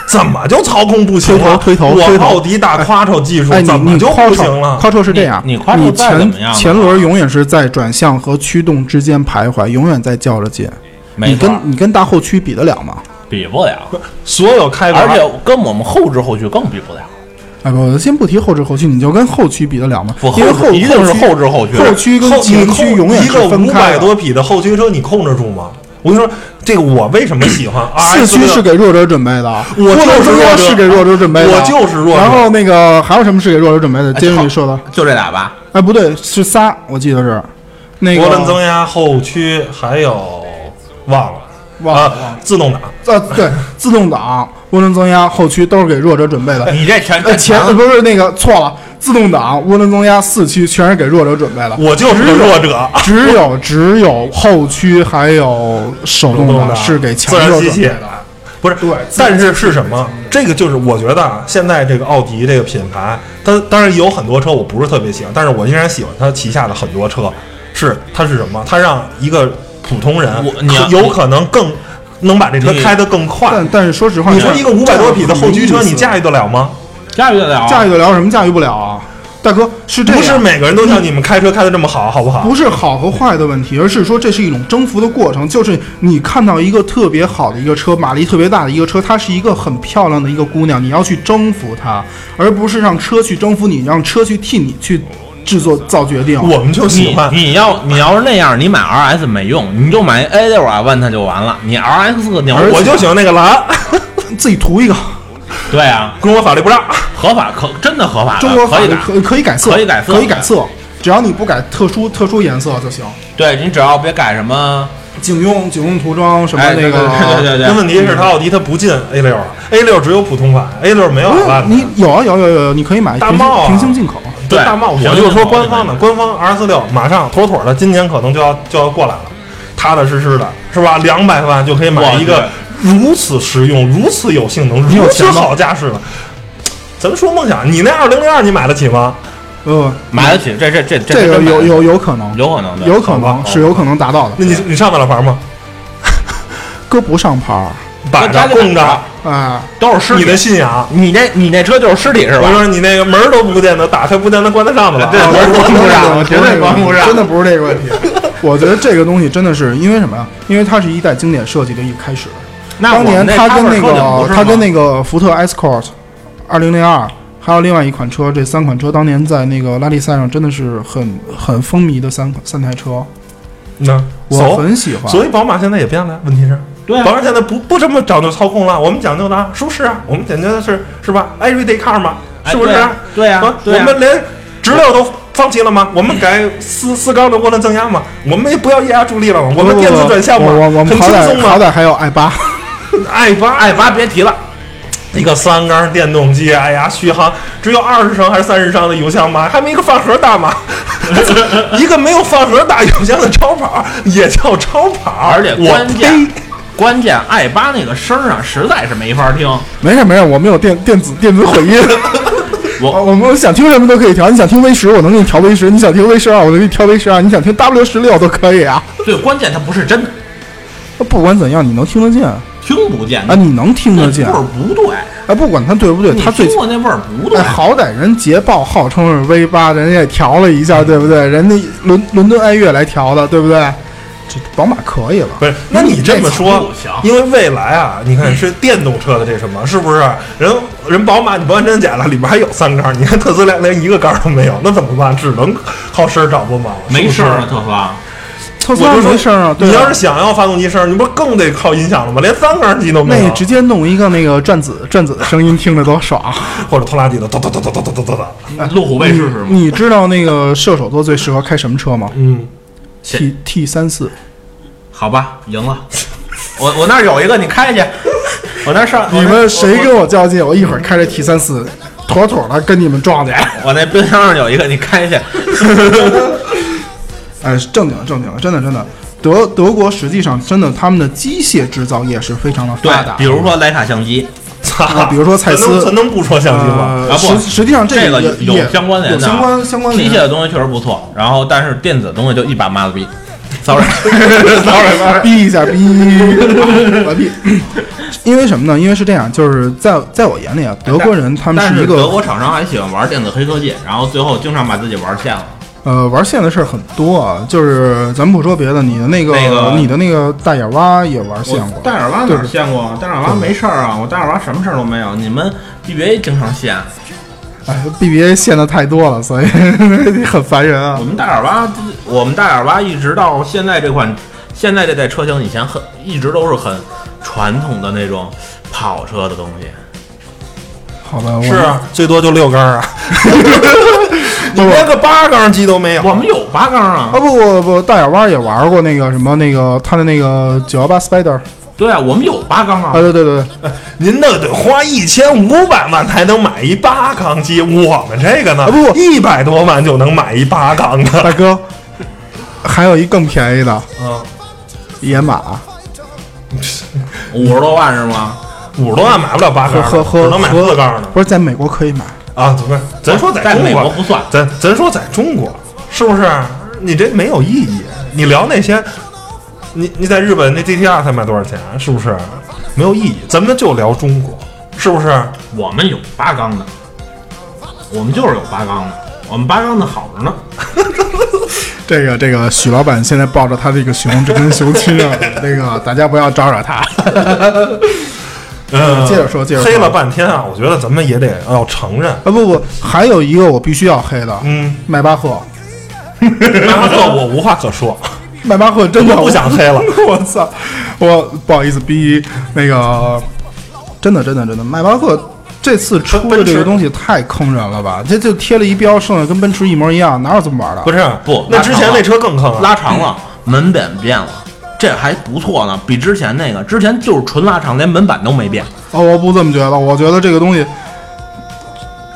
Speaker 2: 怎么就操控不行了？
Speaker 3: 推头推头推
Speaker 2: 我
Speaker 3: 头
Speaker 2: 奥迪大夸超技术
Speaker 3: 哎，你
Speaker 2: 怎么
Speaker 3: 你
Speaker 2: 就
Speaker 3: 夸
Speaker 2: 不
Speaker 3: 车
Speaker 2: 行了？
Speaker 3: 夸车是这样，
Speaker 5: 你你夸车再怎
Speaker 3: 前
Speaker 2: 啊
Speaker 5: 么样
Speaker 3: 前轮永远是在转向和驱动之间徘徊，永远在较着劲。你
Speaker 5: 没错
Speaker 3: 跟你跟大后驱比得了吗？
Speaker 5: 比不 了，
Speaker 2: 所有开发
Speaker 5: 而且跟我们后知后觉更比不了。
Speaker 3: 哎不，先不提后置后驱，你就跟后驱比得了吗
Speaker 5: 不？
Speaker 3: 因为
Speaker 5: 后
Speaker 3: 后
Speaker 5: 一定是
Speaker 3: 后
Speaker 5: 后知后觉
Speaker 3: 后驱跟
Speaker 2: 啊后
Speaker 3: 前驱永远
Speaker 2: 一
Speaker 3: 是
Speaker 2: 个
Speaker 3: 分
Speaker 2: 五
Speaker 3: 开
Speaker 2: 百
Speaker 3: 的。
Speaker 2: 多匹的后驱车，你控制住吗？我跟你说，这个我为什么喜欢
Speaker 3: 四
Speaker 2: RS
Speaker 3: 驱是给弱者准备的，
Speaker 2: 我
Speaker 3: 涡轮
Speaker 2: 就是
Speaker 3: 增
Speaker 2: 弱
Speaker 3: 压
Speaker 2: 者
Speaker 3: 是给弱者准备的，
Speaker 2: 我就是哎弱者
Speaker 3: 然后那个还有什么是给弱者准备的？接着你说的，
Speaker 5: 就这俩吧，
Speaker 3: 哎，不对，是仨，我记得是那个
Speaker 2: 涡轮增压、后驱，还有忘了。
Speaker 3: 忘了
Speaker 2: 啊，自动挡，
Speaker 3: 呃，对，自动挡、涡轮增压、后驱都是给弱者准备
Speaker 2: 哎
Speaker 3: 的。
Speaker 5: 啊你这全
Speaker 3: 呃，前
Speaker 2: 啊
Speaker 3: 呃不是那个错了，自动挡、涡轮增压、四驱全是给弱者准备的，
Speaker 2: 我就是个弱者。
Speaker 3: 只有只有后驱还有手动挡是给强
Speaker 2: 自然
Speaker 3: 弱
Speaker 2: 吸
Speaker 3: 准备
Speaker 2: 气
Speaker 3: 的。
Speaker 2: 不是，
Speaker 3: 对
Speaker 2: 但是是什么？这个就是我觉得啊，现在这个奥迪这个品牌，它当然有很多车我不是特别喜欢，但是我依然喜欢它旗下的很多车。是它是什么？它让一个普通人
Speaker 5: 我你要
Speaker 2: 可有可能更能把这车
Speaker 5: 你
Speaker 2: 开得更快。
Speaker 3: 但但是说实话，
Speaker 2: 你说一个五百多匹的后驱车，你驾
Speaker 3: 驭
Speaker 2: 驭得了吗？
Speaker 5: 驾驭得了，
Speaker 3: 驾驭得了什么？驾驭不了啊，大哥是这样，
Speaker 2: 不是每个人都像你们开车开得这么好，好不好？
Speaker 3: 不是好和坏的问题，而是说这是一种征服的过程。就是你看到一个特别好的一个车，马力特别大的一个车，它是一个很漂亮的一个姑娘，你要去征服她，而不是让车去征服你，让车去替你去制作造决定。
Speaker 2: 我们就喜
Speaker 5: 你
Speaker 2: 欢
Speaker 5: 你要你要是那样，你买 RS 没用，你就买 A 六 R 问它就完了。你 RX 你
Speaker 2: 我就喜欢那个蓝，
Speaker 3: 自己图一个，
Speaker 5: 对啊，
Speaker 2: 跟我法律不让。
Speaker 5: 合法可真的合法的，
Speaker 3: 中国法
Speaker 5: 可以
Speaker 3: 律
Speaker 5: 的。
Speaker 3: 可可以改色，
Speaker 5: 可以改色
Speaker 3: 可以改色，只要你不改特殊特殊颜色就行。
Speaker 5: 对你只要别改什么，
Speaker 3: 警用警用涂装什么
Speaker 5: 哎
Speaker 3: 那个，
Speaker 5: 对对对对
Speaker 2: 那问题是，它奥迪它不进 A 六啊，A 六只有普通版，A 六没有
Speaker 3: 不是
Speaker 2: L
Speaker 3: 你有啊有有有有，你可以买
Speaker 2: 大
Speaker 3: 平行
Speaker 2: 帽啊
Speaker 3: 平行进口。
Speaker 5: 对
Speaker 2: 大帽，我
Speaker 5: 平行
Speaker 2: 就
Speaker 5: 进
Speaker 2: 说
Speaker 5: 口
Speaker 2: 官方的，
Speaker 5: 对
Speaker 2: 官方 R 四六马上妥妥的，今年可能就要就要过来了，踏踏实实的，是吧？两百万就可以买
Speaker 5: 我
Speaker 2: 一个如此实用、如此有性能、如此好驾驶的。咱们说梦想，你那二零零二你买得起吗？
Speaker 3: 呃，
Speaker 5: 买得起，这这这
Speaker 3: 这个
Speaker 5: 真买
Speaker 3: 有有有可能，
Speaker 5: 有可能的，
Speaker 3: 有可
Speaker 2: 好吧好
Speaker 3: 能
Speaker 2: 吧
Speaker 3: 是有可能达到的。
Speaker 2: 那你你上得了牌吗？
Speaker 3: 哥不上牌儿，
Speaker 2: 摆
Speaker 5: 那
Speaker 2: 着
Speaker 5: 家就
Speaker 2: 供着
Speaker 5: 摆，
Speaker 3: 哎，
Speaker 5: 都是尸
Speaker 2: 你
Speaker 5: 体
Speaker 2: 的。信仰。
Speaker 5: 你这你那车就是尸体是
Speaker 2: 我
Speaker 5: 吧？
Speaker 2: 说你那个门儿都不见得打开，不见得关得上的了。
Speaker 5: 对门儿关不上绝对关不上
Speaker 3: 真的不是这个问题。我觉得这个东西真的是因为什么呀？因为它是一代经典设计的一个开始。
Speaker 5: 那
Speaker 3: 当
Speaker 5: 我
Speaker 3: 年
Speaker 5: 们
Speaker 3: 他跟那
Speaker 5: 那插板
Speaker 3: 个
Speaker 5: 车就不是
Speaker 3: 他跟
Speaker 5: 吗
Speaker 3: 那个福特 Escort 二零零二，还有另外一款车，这三款车当年在那个拉力赛上真的是很很风靡的三三台车，
Speaker 2: 那
Speaker 3: 我
Speaker 2: 走
Speaker 3: 很喜欢。
Speaker 2: 所以宝马现在也变了，问题是，
Speaker 5: 对啊
Speaker 2: 宝马现在不不这么讲究操控了，我们讲究的啊舒适啊，我们讲究的是是吧？Everyday car 嘛，
Speaker 5: 哎
Speaker 2: 是不是啊？
Speaker 5: 对啊对啊对啊
Speaker 2: 我们连直六都放弃了吗？我们改四四缸的涡轮增压嘛，我们也不要液压助力了嘛，我们电子转向嘛，
Speaker 3: 我我我
Speaker 2: 很轻
Speaker 3: 们好
Speaker 2: 松
Speaker 3: 歹
Speaker 2: 嘛。
Speaker 3: 好歹还有 i 八，
Speaker 2: 爱八
Speaker 5: 艾八别提了，
Speaker 2: 一个三缸电动机，哎呀，续航只有二十升还是三十升的油箱吗？还没一个饭盒大吗？一个没有饭盒大油箱的超跑也叫超跑，
Speaker 4: 而且
Speaker 2: 我
Speaker 4: 关键
Speaker 2: 呸！
Speaker 4: 关键 i 八那个声儿啊，实在是没法听。
Speaker 3: 没事没事，我们有电电子电子混音。
Speaker 4: 我
Speaker 3: 啊我们想听什么都可以调，你想听 V 十，我能给你调 V 十；你想听 V 十二，我能给你调 V 十二；你想听 W 十六都可以啊。
Speaker 4: 最关键它不是真的
Speaker 3: 不管怎样，你能听得见啊，
Speaker 4: 听不见，
Speaker 3: 你能听
Speaker 4: 那
Speaker 3: 得
Speaker 4: 味
Speaker 3: 见。
Speaker 4: 儿
Speaker 2: 嗯
Speaker 4: 不对，
Speaker 3: 哎，不管它对不对，
Speaker 4: 你
Speaker 3: 它最
Speaker 4: 听过那味儿不对
Speaker 3: 哎，。好歹人捷豹号称是 V 八，人家也调了一下，对不对？人家伦伦敦爱乐来调的，对不对？这宝马可以了，
Speaker 2: 不是，那你这么说
Speaker 4: 不行，
Speaker 2: 因为未来啊，你看是电动车的这什么，是不是？人人宝马，你不按真假了，里边还有三缸，你看特斯拉连一个缸都没有，那怎么办？只能靠声儿啊找不满了，
Speaker 4: 没
Speaker 2: 事
Speaker 4: 声儿了，特斯拉。
Speaker 3: 特斯
Speaker 2: 我
Speaker 3: 拉
Speaker 2: 就说
Speaker 3: 没声啊，对
Speaker 2: 你要
Speaker 3: 吧
Speaker 2: 是？想要发动机声儿，你不是更得靠音响了吗？连三缸机都
Speaker 3: 那
Speaker 2: 没
Speaker 3: 你
Speaker 2: 有，
Speaker 3: 直接弄一个那个转子转子的声音，听着多爽！啊
Speaker 2: 或者拖拉机的哒哒哒哒哒哒哒哒哒。
Speaker 3: 嗯
Speaker 4: 路虎卫士是吗？
Speaker 3: 你知道那个射手座最适合开什么车吗
Speaker 2: 嗯，
Speaker 3: ？T T 三四，
Speaker 4: 好吧，赢了。我我那儿有一个，你开去。我那儿上
Speaker 3: 你们谁跟我较劲，我一会儿开着 T 三四，妥妥的跟你们撞去！
Speaker 4: 我那冰箱上有一个，你开去。
Speaker 3: 哎，正经的正经的，真的真的，德德国实际上真的他们的机械制造业是非常的发达
Speaker 4: 对，比。如说徕卡相机，
Speaker 2: 操
Speaker 3: 啊比如 说蔡司
Speaker 2: 咱能咱能不说相机吗？
Speaker 3: 呃
Speaker 4: 啊不
Speaker 3: 实实际上
Speaker 4: 这
Speaker 3: 个
Speaker 4: 个
Speaker 3: 也
Speaker 4: 有
Speaker 3: 也
Speaker 4: 相关联
Speaker 3: 有
Speaker 4: 的啊，
Speaker 3: 相关相关
Speaker 4: 机
Speaker 3: 联
Speaker 4: 械的东西确实不错，然后但是电子的东西就一把麻子 逼。sorry，
Speaker 3: 逼一下，逼，我逼。因为什么呢？因为是这样，就是在在我眼里啊，德国人他们
Speaker 4: 但
Speaker 3: 一
Speaker 4: 是德
Speaker 3: 个
Speaker 4: 国厂商还喜欢玩电子黑科技，然后最后经常把自己玩线了。
Speaker 3: 呃玩线的事儿很多啊，就是咱不说别的，你的那个
Speaker 4: 那个
Speaker 3: 你的那个大眼蛙也玩线过，
Speaker 4: 戴尔蛙
Speaker 3: 对
Speaker 4: 哪线过？戴尔蛙没事儿啊，我戴尔蛙什么事儿都没有。你们 BBA 经常线，
Speaker 3: 哎，BBA 线的太多了，所以 很烦人啊
Speaker 4: 我。们戴尔蛙，我们戴尔蛙一直到现在这款，现在这代车型以前很一直都是很传统的那种跑车的东西。
Speaker 3: 好呃吧，我
Speaker 2: 是啊，最多就六缸 啊，
Speaker 3: 不不
Speaker 2: 连个八缸机都没有。
Speaker 4: 我们有八缸啊
Speaker 3: 啊，不不不，大眼蛙也玩过那个什么那个他的那个九幺八 Spider
Speaker 4: 对啊，我们有八缸啊
Speaker 3: 啊，。对对对对，
Speaker 2: 您那得花一千五百万才能买一八缸机，我们这个呢，
Speaker 3: 啊不
Speaker 2: 一百多万就能买一八缸的。
Speaker 3: 大哥，还有一更便宜的
Speaker 2: 嗯，
Speaker 3: 野马，
Speaker 4: 五十多万是吗？
Speaker 2: 五十多万买不了八
Speaker 3: 和
Speaker 2: 缸
Speaker 3: 和
Speaker 2: 的，
Speaker 3: 和
Speaker 2: 只能买
Speaker 3: 和
Speaker 2: 四缸的
Speaker 3: 不是在美国可以买，
Speaker 2: 啊。不是，咱说
Speaker 4: 在
Speaker 2: 中
Speaker 4: 美国
Speaker 2: 国
Speaker 4: 不算，
Speaker 2: 咱咱说在中国是不是？你这没有意义。你聊那些，你你在日本那 GTR 才卖多少钱？啊是不是？没有意义。咱们就聊中国，是不是？
Speaker 4: 我们有八缸的，我们就是有八缸的，我们八缸的好着呢。
Speaker 3: 这个这个许老板现在抱着他这个熊，这跟熊亲 上了，那个大家不要招惹他。
Speaker 2: 嗯，
Speaker 3: 接着说接着说
Speaker 2: 黑了半天啊，我觉得咱们也得要承 认。
Speaker 3: 啊不不，还有一个我必须要黑的，
Speaker 2: 嗯，
Speaker 3: 迈巴赫，
Speaker 2: 那这我无话可 说，
Speaker 3: 迈巴赫真的
Speaker 2: 我不想黑了。
Speaker 3: 我操，我不好意思逼那个，真的真的真的，迈巴赫这次出的这个东西太坑人了吧？这就贴了一标，剩下跟奔驰一模一样，哪有这么玩的？
Speaker 2: 不
Speaker 3: 是，
Speaker 2: 是
Speaker 4: 不
Speaker 2: 那
Speaker 4: 拉
Speaker 2: 之前
Speaker 4: 长了
Speaker 2: 那车更坑
Speaker 3: 呃
Speaker 2: 啊，
Speaker 4: 拉长了，门板变了，这还不错呢，比之前那个，之前就是纯拉长，连门板都没变。
Speaker 3: 哦，我不这么觉得，我觉得这个东西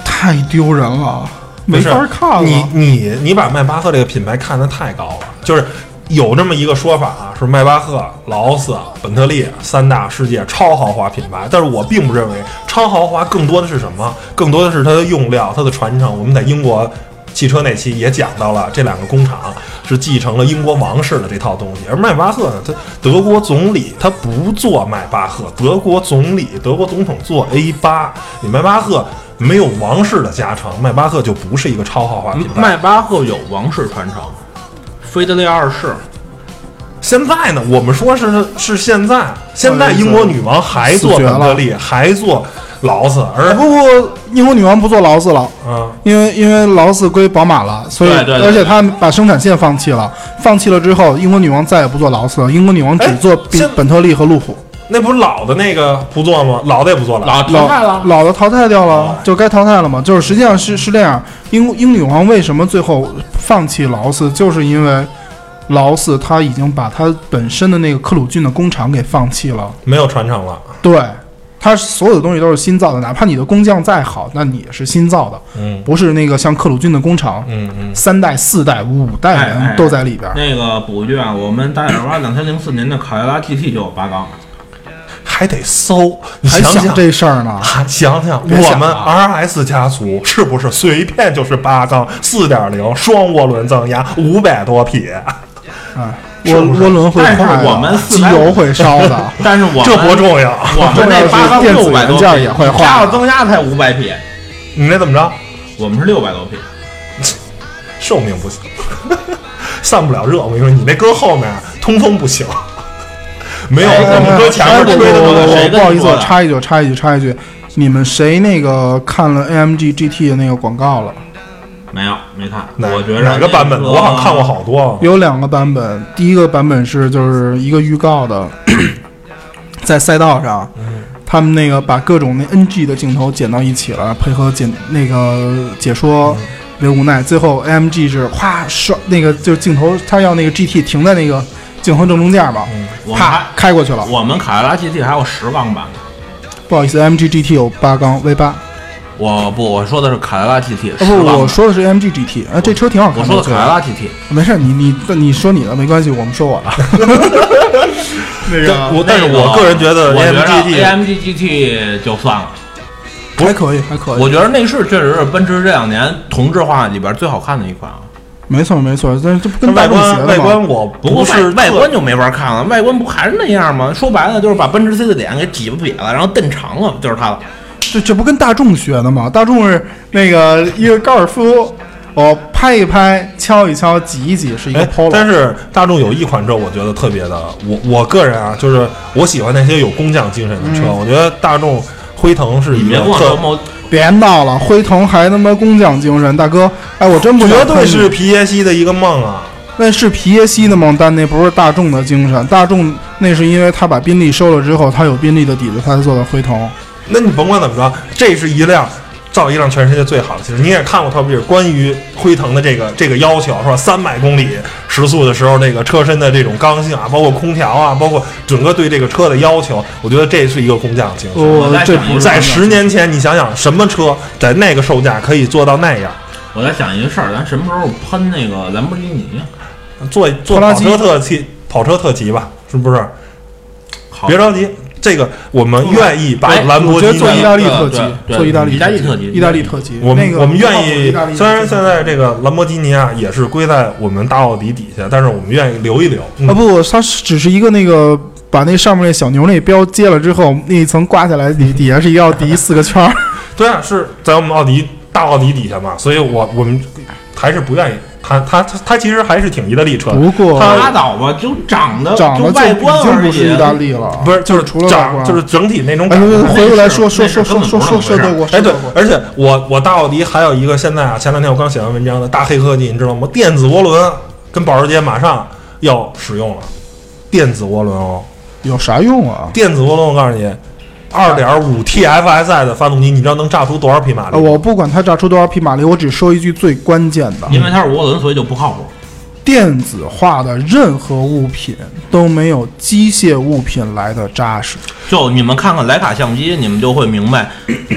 Speaker 3: 太丢人了，没
Speaker 2: 不是
Speaker 3: 法看了。
Speaker 2: 你你你把迈巴赫这个品牌看得太高了，就是有这么一个说法啊，是迈巴赫、劳斯、本特利三大世界超豪华品牌，但是我并不认为超豪华更多的是什么，更多的是它的用料、它的传承。我们在英国。汽车那期也讲到了，这两个工厂是继承了英国王室的这套东西，而迈巴赫呢，它德国总理他不做迈巴赫，德国总理、德国总统做 A 八，你迈巴赫没有王室的加成，迈巴赫就不是一个超豪华
Speaker 4: 啊
Speaker 2: 品牌。
Speaker 4: 迈巴赫有王室传承，菲德烈二世，
Speaker 2: 现在呢，我们说是是现在，现在英国女王还做
Speaker 3: 死绝
Speaker 2: 本
Speaker 3: 了
Speaker 2: 特利，还做劳斯，而
Speaker 3: 不不，英国女王不做劳斯了。
Speaker 2: 嗯，
Speaker 3: 因为因为劳斯归宝马了，所以
Speaker 4: 对对对
Speaker 3: 而且他把生产线放弃了，放弃了之后，英国女王再也不做劳斯了，英国女王只
Speaker 2: 哎
Speaker 3: 做比
Speaker 2: 现
Speaker 3: 本特利和路虎。
Speaker 2: 那不是老的那个不做吗？老的也不做了，
Speaker 4: 老
Speaker 3: 老
Speaker 4: 淘汰了。
Speaker 3: 老的淘汰掉了，就该淘汰了嘛。就是实际上是是这样，英英女王为什么最后放弃劳斯，就是因为劳斯他已经把他本身的那个克鲁郡的工厂给放弃了。
Speaker 2: 没有传承了。
Speaker 3: 对，它所有的东西都是新造的，哪怕你的工匠再好，那你也是新造的，
Speaker 2: 嗯
Speaker 3: 不是那个像克鲁郡的工厂，
Speaker 2: 嗯嗯，
Speaker 3: 三代、四代、五代
Speaker 4: 哎哎
Speaker 3: 人都在里边儿，
Speaker 4: 那个补一句啊，我们大眼蛙两千零四年的考拉 GT 就有八缸，
Speaker 2: 还得搜，你
Speaker 3: 还
Speaker 2: 想
Speaker 3: 想
Speaker 2: 想。
Speaker 3: 这事 儿呢？
Speaker 2: 啊想想
Speaker 3: 别想
Speaker 2: 我们 RS 家族是不是随便就是八缸四点零双涡轮增压五百多匹？
Speaker 3: 哎，
Speaker 2: 是
Speaker 3: 涡
Speaker 2: 不是
Speaker 3: 涡轮会
Speaker 4: 但是
Speaker 3: 坏的，
Speaker 4: 我们
Speaker 3: 机
Speaker 4: 400，
Speaker 3: 油会烧的
Speaker 4: 但是我们
Speaker 2: 这不重要。
Speaker 4: 我们那八
Speaker 3: 重要的是
Speaker 4: 缸
Speaker 3: 电
Speaker 4: 六
Speaker 3: 子
Speaker 4: 百多
Speaker 3: 元件也会
Speaker 4: 匹，
Speaker 3: 坏
Speaker 4: 加了增压才五百匹，
Speaker 2: 你那怎么着？
Speaker 4: 我们是六百多匹。
Speaker 2: 寿命不行，散不了热。我跟你说，你那搁后面通风不行，没有
Speaker 4: 哎
Speaker 2: 我们搁前面
Speaker 3: 不
Speaker 2: 吹
Speaker 3: 不不
Speaker 2: 的那
Speaker 4: 那个
Speaker 3: 不
Speaker 2: 个
Speaker 3: 不
Speaker 4: 谁跟你
Speaker 3: 不好意思，
Speaker 4: 说
Speaker 3: 我
Speaker 4: 的
Speaker 3: 插一句，插一句，插一句，你们谁那个看了 AMG GT 的那个广告了？
Speaker 4: 没有，没看。
Speaker 2: 哪
Speaker 4: 我觉得
Speaker 2: 哪个版本
Speaker 4: 那
Speaker 2: 的？
Speaker 4: 个
Speaker 2: 我好像看过好多。
Speaker 3: 有两个版本，第一个版本是就是一个预告的， 在赛道上，他们那个把各种那 NG 的镜头剪到一起了，配合解那个解说为无奈，最后 AMG 是哗刷那个就是镜头，他要那个 GT 停在那个镜头正中间嘛，
Speaker 4: 我们
Speaker 3: 啪
Speaker 4: 还
Speaker 3: 开过去了。
Speaker 4: 我们考拉 GT 还有十缸版的。
Speaker 3: 不好意思，AMG GT 有八缸 V 八，
Speaker 4: 我不，我说的是卡罗拉 GT，
Speaker 3: 啊不，我说的是 AMG GT，啊这车挺好看
Speaker 4: 我
Speaker 3: 的。
Speaker 4: 说的卡
Speaker 3: 对
Speaker 4: 罗拉 GT，
Speaker 3: 没事，你你你说你的没关系，我们说我的。 那
Speaker 2: 但我但是我个人觉得 AMG
Speaker 4: AMG GT 就算了。
Speaker 3: 还可以，还可以。
Speaker 4: 我觉得内饰确实是奔驰这两年同质化里边最好看的一款啊。
Speaker 3: 没错没错，这这不跟
Speaker 2: 外
Speaker 3: 大众
Speaker 2: 观
Speaker 3: 学
Speaker 2: 外
Speaker 3: 的吗？
Speaker 2: 观我
Speaker 4: 不过
Speaker 2: 不是
Speaker 4: 外外
Speaker 2: 特
Speaker 4: 观就没法看了，外观不还是那样吗？说白了就是把奔驰 C 的脸给挤不瘪了，然后蹬长了，就是它了。
Speaker 3: 这这不跟大众学的吗？大众是那个一个高尔夫，我拍一拍，敲一敲，挤一挤是一个
Speaker 2: 哎，
Speaker 3: polo。
Speaker 2: 但是大众有一款车，我觉得特别的，我我个人啊，就是我喜欢那些有工匠精神的车。我觉得大众辉腾是一
Speaker 4: 别
Speaker 2: 个
Speaker 4: 跟我
Speaker 2: 特
Speaker 4: 说，某
Speaker 3: 别闹了，辉腾还他妈工匠精神，大哥，哎，我真不想
Speaker 2: 绝
Speaker 3: 喷
Speaker 2: 对
Speaker 3: 你
Speaker 2: 是皮耶希的一个梦啊！
Speaker 3: 那是皮耶希的梦，但那不是大众的精神。大众那是因为他把宾利收了之后，他有宾利的底子，他才做的辉腾。
Speaker 2: 那你甭管怎么着，这是一辆造一辆全世界最好的汽车。你也看过特别关于辉腾的这个这个要求，是吧？三百公里时速的时候，这个车身的这种刚性啊，包括空调啊，包括整个对这个车的要求，我觉得这是一个工匠精神。
Speaker 3: 我、
Speaker 4: 在
Speaker 3: 这
Speaker 4: 想
Speaker 3: 不
Speaker 4: 一
Speaker 3: 是
Speaker 2: 在十年前，你想想什么车在那个售价可以做到那样？
Speaker 4: 我在想一个事儿，咱什么时候喷那个兰博基尼？
Speaker 2: 做做
Speaker 3: 拖拉
Speaker 2: 跑
Speaker 3: 机
Speaker 2: 车特骑，跑车特骑吧，是不是？
Speaker 4: 好
Speaker 2: 别着急，这个我们愿意把
Speaker 4: 哎
Speaker 2: 兰博
Speaker 3: 我
Speaker 2: 基
Speaker 3: 觉
Speaker 2: 尼
Speaker 3: 得做意大利特
Speaker 4: 对对
Speaker 3: 辑，
Speaker 4: 对
Speaker 3: 做意大利
Speaker 4: 意大利特辑
Speaker 3: 意大利特辑。
Speaker 2: 我们、
Speaker 3: 那个
Speaker 2: 我们愿意
Speaker 3: 意大利，的
Speaker 2: 虽然
Speaker 3: 特辑
Speaker 2: 现在这个兰博基尼啊也是归在我们大奥迪底下，但是我们愿意留一留。嗯
Speaker 3: 啊不，它是只是一个那个把那上面那小牛那标揭了之后，那一层刮下来底底下是一奥迪四个圈儿。
Speaker 2: 对啊，是在我们奥迪大奥迪底下嘛，所以我我们还是不愿意。他他他他其实还是挺意大利车的，
Speaker 3: 不过
Speaker 4: 拉倒吧，就长得
Speaker 3: 长得
Speaker 4: 就外观
Speaker 3: 已经
Speaker 4: 而
Speaker 3: 不
Speaker 4: 已
Speaker 3: 是。意大利了，
Speaker 2: 不是就是
Speaker 3: 除了外
Speaker 2: 长
Speaker 3: 观
Speaker 2: 就是整体那种
Speaker 3: 哎，
Speaker 2: 感
Speaker 3: 不
Speaker 2: 觉
Speaker 3: 不，。回过来说
Speaker 4: 那
Speaker 3: 说
Speaker 4: 是
Speaker 3: 说说
Speaker 4: 根本
Speaker 3: 说
Speaker 4: 不是
Speaker 3: 说
Speaker 4: 那么回
Speaker 3: 说德国，
Speaker 4: 事儿
Speaker 2: 哎，
Speaker 3: 说
Speaker 2: 对
Speaker 3: 德国，
Speaker 2: 而且我我大奥迪还有一个现在啊，前两天我刚写完文章的大黑科技，你知道吗？电子涡轮跟保时捷马上要使用了，电子涡轮哦，
Speaker 3: 有啥用啊？
Speaker 2: 电子涡轮我告诉你，二点五 TFSI 的发动机，你知道能榨出多少匹马力吗？
Speaker 3: 啊，我不管它炸出多少匹马力，我只说一句最关键的：
Speaker 4: 因为它是涡轮，所以就不靠谱。
Speaker 3: 电子化的任何物品都没有机械物品来的扎实。
Speaker 4: 就你们看看徕卡相机，你们就会明 白，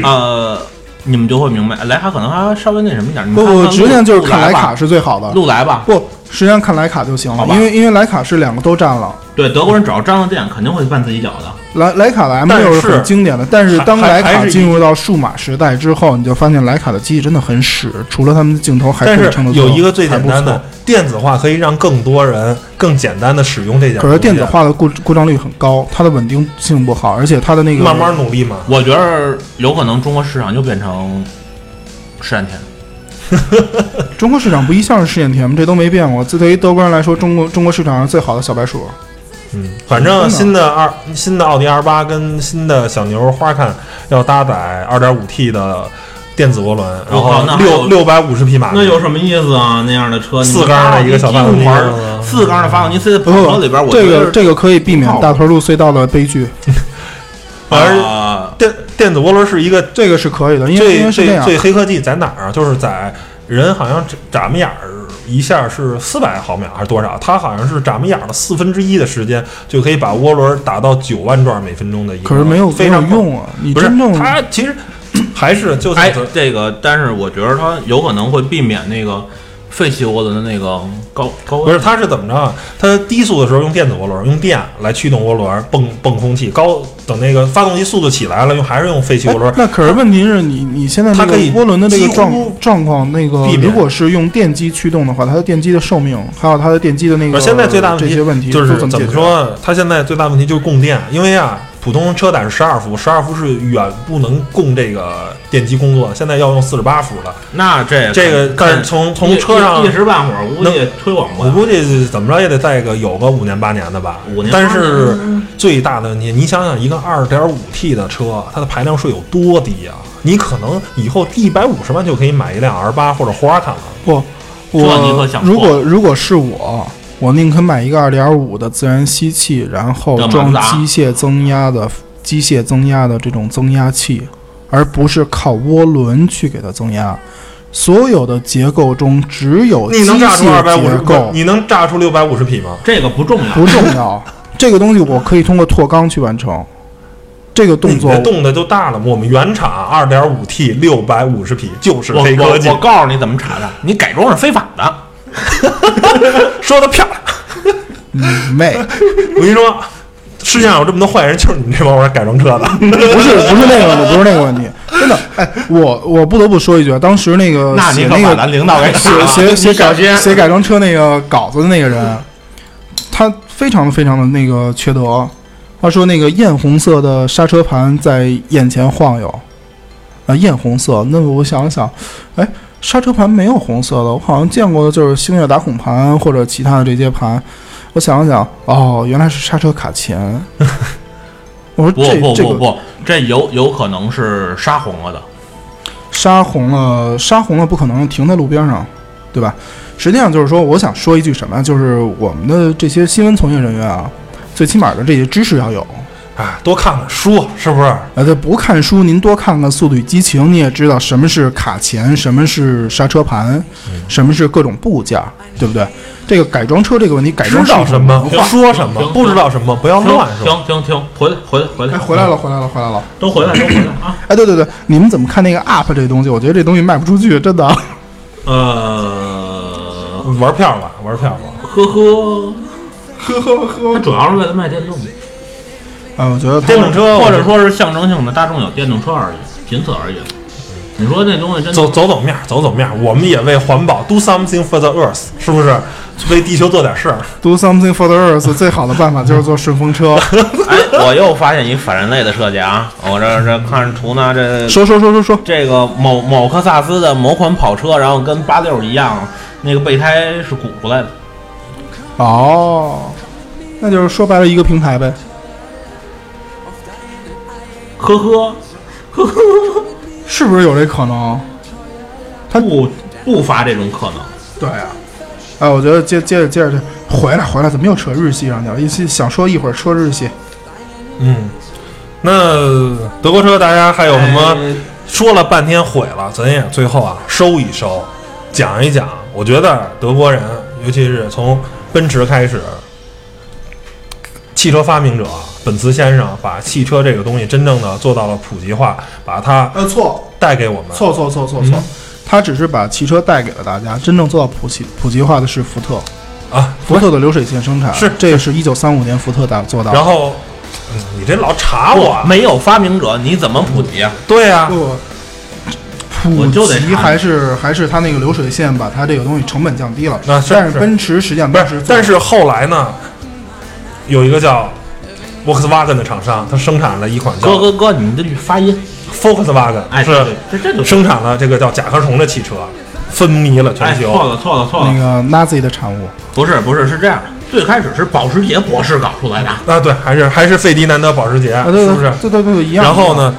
Speaker 4: 呃，你们就会明白，徕卡可能还稍微那什么一点。你
Speaker 3: 不
Speaker 4: 看看
Speaker 3: 不，
Speaker 4: 路
Speaker 3: 直接就是看
Speaker 4: 路来
Speaker 3: 徕
Speaker 4: 吧
Speaker 3: 卡是最好的。
Speaker 4: 路来吧，
Speaker 3: 不，实际上看徕卡就行了
Speaker 4: 好，吧
Speaker 3: 因为因为徕卡是两个都占了。
Speaker 4: 对德国人只要沾了电，肯定会绊自己脚的。
Speaker 3: 徕徕卡的 M
Speaker 2: 但
Speaker 3: 六
Speaker 2: 是
Speaker 3: 很经典的，但是
Speaker 2: 还
Speaker 3: 当
Speaker 2: 还
Speaker 3: 徕卡
Speaker 2: 还是
Speaker 3: 进入到数码时代之后，你就发现徕卡的机器真的很屎，除了他们的镜头还
Speaker 2: 但
Speaker 3: 可以
Speaker 2: 是
Speaker 3: 撑得住
Speaker 2: 有一个最简单，
Speaker 3: 还
Speaker 2: 的
Speaker 3: 不错
Speaker 2: 电子化，可以让更多人更简单的使用这件。啊
Speaker 3: 可是电子，化的故故障率很高，它的稳定性不好，而且它的那个
Speaker 2: 慢慢努力嘛。
Speaker 4: 我觉得有可能中国市场就变成试验田。
Speaker 3: 中国市场不一向是试验田吗？这都没变过。这对于德国人来说，中国中国市场是最好的小白鼠。
Speaker 2: 嗯，反正
Speaker 3: 啊
Speaker 2: 新的二新的奥迪 R 八跟新的小牛花看要搭载二点五 T 的电子涡轮，然
Speaker 4: 我靠
Speaker 2: 后
Speaker 4: 哦那还
Speaker 2: 六
Speaker 4: 有
Speaker 2: 六百五十匹马力。
Speaker 4: 那有什么意思啊？那样的车，
Speaker 2: 四缸的一个小发动机
Speaker 4: 你看啊你四缸的发动机塞在跑车里边，
Speaker 3: 呃
Speaker 4: 我
Speaker 3: 这
Speaker 4: 觉
Speaker 3: 个
Speaker 4: 得
Speaker 3: 这个可以避免
Speaker 4: 好
Speaker 3: 大屯路隧道的悲剧，
Speaker 2: 而
Speaker 4: 啊，
Speaker 2: 电电子涡轮是一个
Speaker 3: 这个是可以的，因为因
Speaker 2: 最
Speaker 3: 为是这
Speaker 2: 最
Speaker 3: 样。
Speaker 2: 最黑科技在哪儿啊？就是在人好像眨眨巴眼儿一一下是四百毫秒还是多少？它好像是眨们眼儿的四分之一的时间就可以把涡轮打到九万转每分钟的一个，
Speaker 3: 可是没有
Speaker 2: 非常
Speaker 3: 没有用啊！你
Speaker 2: 不是
Speaker 3: 真正
Speaker 2: 它其实 还是就
Speaker 4: 哎
Speaker 2: 是，
Speaker 4: 这个，但是我觉得它有可能会避免那个废弃涡轮的那个高高温
Speaker 2: 不是，它是怎么着啊？它低速的时候用电子涡轮，用电来驱动涡轮泵泵空气，高等那个发动机速度起来了，用还是用废弃
Speaker 3: 哎
Speaker 2: 涡轮，
Speaker 3: 那可是问题是你你现在
Speaker 2: 它
Speaker 3: 那个
Speaker 2: 可以
Speaker 3: 涡轮的这
Speaker 2: 几
Speaker 3: 个
Speaker 2: 乎
Speaker 3: 状状况，那个
Speaker 2: 避免
Speaker 3: 如果是用电机驱动的话，它的电机的寿命，还有它的电机的那个
Speaker 2: 而现在最大问
Speaker 3: 这
Speaker 2: 题
Speaker 3: 些问题
Speaker 2: 就是
Speaker 3: 都怎
Speaker 2: 怎
Speaker 3: 解
Speaker 2: 么
Speaker 3: 决？
Speaker 2: 说？它现在最大问题就是供电，因为啊，普通车载是十二伏，十二伏是远不能供这个电机工作的，现在要用四十八伏的。
Speaker 4: 那这
Speaker 2: 这个但是从从车上
Speaker 4: 一一时半会儿估计推广不
Speaker 2: 我
Speaker 4: 了。
Speaker 2: 估计怎么着也得再个有个五年八年的吧。
Speaker 4: 五年八
Speaker 2: 但
Speaker 4: 年嗯
Speaker 2: 是最大的问题，你想想，一个二点五 T 的车，它的排量税有多低啊？你可能以后一百五十万就可以买一辆 R 八或者花卡了。
Speaker 3: 不，
Speaker 4: 这你可
Speaker 3: 我
Speaker 4: 想错
Speaker 3: 如果如果是我，我宁肯买一个二点五的自然吸气，然后
Speaker 4: 这马自
Speaker 3: 装
Speaker 4: 达
Speaker 3: 机械增压的机械增压的这种增压器，而不是靠涡轮去给它增压。所有的结构中，只有
Speaker 2: 你
Speaker 3: 机
Speaker 2: 能榨出二百
Speaker 3: 械
Speaker 2: 五
Speaker 3: 结
Speaker 2: 十
Speaker 3: 构
Speaker 2: 你能榨出六百五十匹吗？
Speaker 4: 这个不重要，
Speaker 3: 不重要，这个东西我可以通过拓缸去完成。这个动作
Speaker 2: 你，这动的就大了。我们原厂二点五 T 六百五十匹就是
Speaker 4: 我
Speaker 2: 黑科技
Speaker 4: 我我，告诉你怎么查的，你改装是非法的。
Speaker 2: 说的漂亮。
Speaker 3: 嗯妹，
Speaker 2: 我跟你说，世界上有这么多坏人，就是你们这帮玩改装车的。
Speaker 3: 不是不是那个问题，不是那个问 题，真的，哎，我我不得不说一句，啊，当时那个写那个
Speaker 4: 领导 给
Speaker 3: 写写写改写改装车那个稿子的那个人，他非常非常的那个缺德。他说那个艳红色的刹车盘在眼前晃悠，啊，艳红色。那么我想了想，哎，刹车盘没有红色的，我好像见过的就是星月打孔盘或者其他的这些盘。我想了想，哦，原来是刹车卡钳。 我说
Speaker 4: 不
Speaker 3: 这
Speaker 4: 不
Speaker 3: 这
Speaker 4: 不
Speaker 3: 个
Speaker 4: 不，这有有可能是杀红了的。
Speaker 3: 杀红了，杀红了不可能停在路边上，对吧？实际上就是说，我想说一句什么呀？就是我们的这些新闻从业人员啊，最起码的这些知识要有。
Speaker 2: 哎，多看看书，是不是？
Speaker 3: 呃，这不看书，您多看看《速度与激情》，你也知道什么是卡钳，什么是刹车盘，
Speaker 2: 嗯
Speaker 3: 什么是各种部件，对不对？这个改装车这个问题，改
Speaker 2: 知
Speaker 3: 装是一
Speaker 2: 道
Speaker 3: 种
Speaker 2: 什么
Speaker 3: 文化
Speaker 2: 说什么，
Speaker 4: 行
Speaker 2: 不知道什么不要
Speaker 4: 停
Speaker 2: 乱说。
Speaker 4: 停停停，回来回来回来，
Speaker 3: 哎，回来了，回来了，回来了！
Speaker 4: 都回来都回来啊！
Speaker 3: 哎，对对对，你们怎么看那个 UP 这东西？我觉得这东西卖不出去，真的。啊
Speaker 4: 呃，
Speaker 2: 玩票吧，玩票吧。
Speaker 4: 呵呵，
Speaker 3: 呵呵呵
Speaker 4: 它。主要是为了卖电动，
Speaker 3: 啊，我觉得他
Speaker 2: 电动车
Speaker 4: 或者说是象征性的大众有电动车而已，仅此而已。你说这东西真
Speaker 2: 走
Speaker 4: 的
Speaker 2: 走走面儿，走走面儿，我们也为环保 do something for the earth，是不是？为地球做点事儿。
Speaker 3: Do something for the earth 最好的办法就是坐顺风 车。
Speaker 5: 哎，我又发现一反人类的设计啊！我这这看图呢，这
Speaker 3: 说说说说说，
Speaker 5: 这个某某克萨斯的某款跑车，然后跟八六一样，那个备胎是鼓出来的。
Speaker 3: 哦，那就是说白了一个平台呗。
Speaker 4: 呵呵，
Speaker 3: 是不是有这可能？它
Speaker 4: 不不乏这种可能。
Speaker 3: 对啊，哎，我觉得接接着接着这回来回来，怎么又扯日系上去了？一起想说一会儿说日系，
Speaker 2: 嗯，那德国车大家还有什么
Speaker 4: 哎
Speaker 2: 说了半天毁了？咱也最后啊收一收，讲一讲。我觉得德国人，尤其是从奔驰开始，汽车发明者本茨先生把汽车这个东西真正的做到了普及化，把它
Speaker 3: 呃，错
Speaker 2: 带给我们。
Speaker 3: 错错错错错，嗯他只是把汽车带给了大家，真正做到普及普及化的是福特
Speaker 2: 啊，
Speaker 3: 福特的流水线生产
Speaker 2: 是
Speaker 3: 这也是一九三五年福特打做到的。
Speaker 2: 然后，嗯你这老查我啊，
Speaker 5: 没有发明者，你怎么普及啊？
Speaker 2: 对呀、
Speaker 3: 不，普
Speaker 4: 我就得
Speaker 3: 及
Speaker 4: 查
Speaker 3: 还是还是它那个流水线把它这个东西成本降低了。
Speaker 2: 啊是
Speaker 3: 但是
Speaker 2: 是
Speaker 3: 奔驰实际上
Speaker 2: 不
Speaker 3: 当时
Speaker 2: 是，
Speaker 3: 做
Speaker 2: 但是后来呢，有一个叫 Volkswagen 的厂商，它生产了一款叫
Speaker 5: 哥哥哥，你的发音，
Speaker 2: Volkswagen，、
Speaker 4: 哎，
Speaker 2: 是
Speaker 4: 对这这 就
Speaker 2: 生产了这个叫甲壳虫的汽车，风靡了
Speaker 4: 哎
Speaker 2: 全球。
Speaker 4: 错了错了错
Speaker 3: 那
Speaker 4: 了，
Speaker 3: 个 Nazi 的产物，
Speaker 4: 不是不是是这样，最开始是保时捷博士搞出来的。
Speaker 2: 啊，对，还是还是费迪南德保时捷，
Speaker 3: 啊对
Speaker 2: 是
Speaker 3: 对
Speaker 2: 不是？
Speaker 3: 对对对对一样。
Speaker 2: 然后？呢，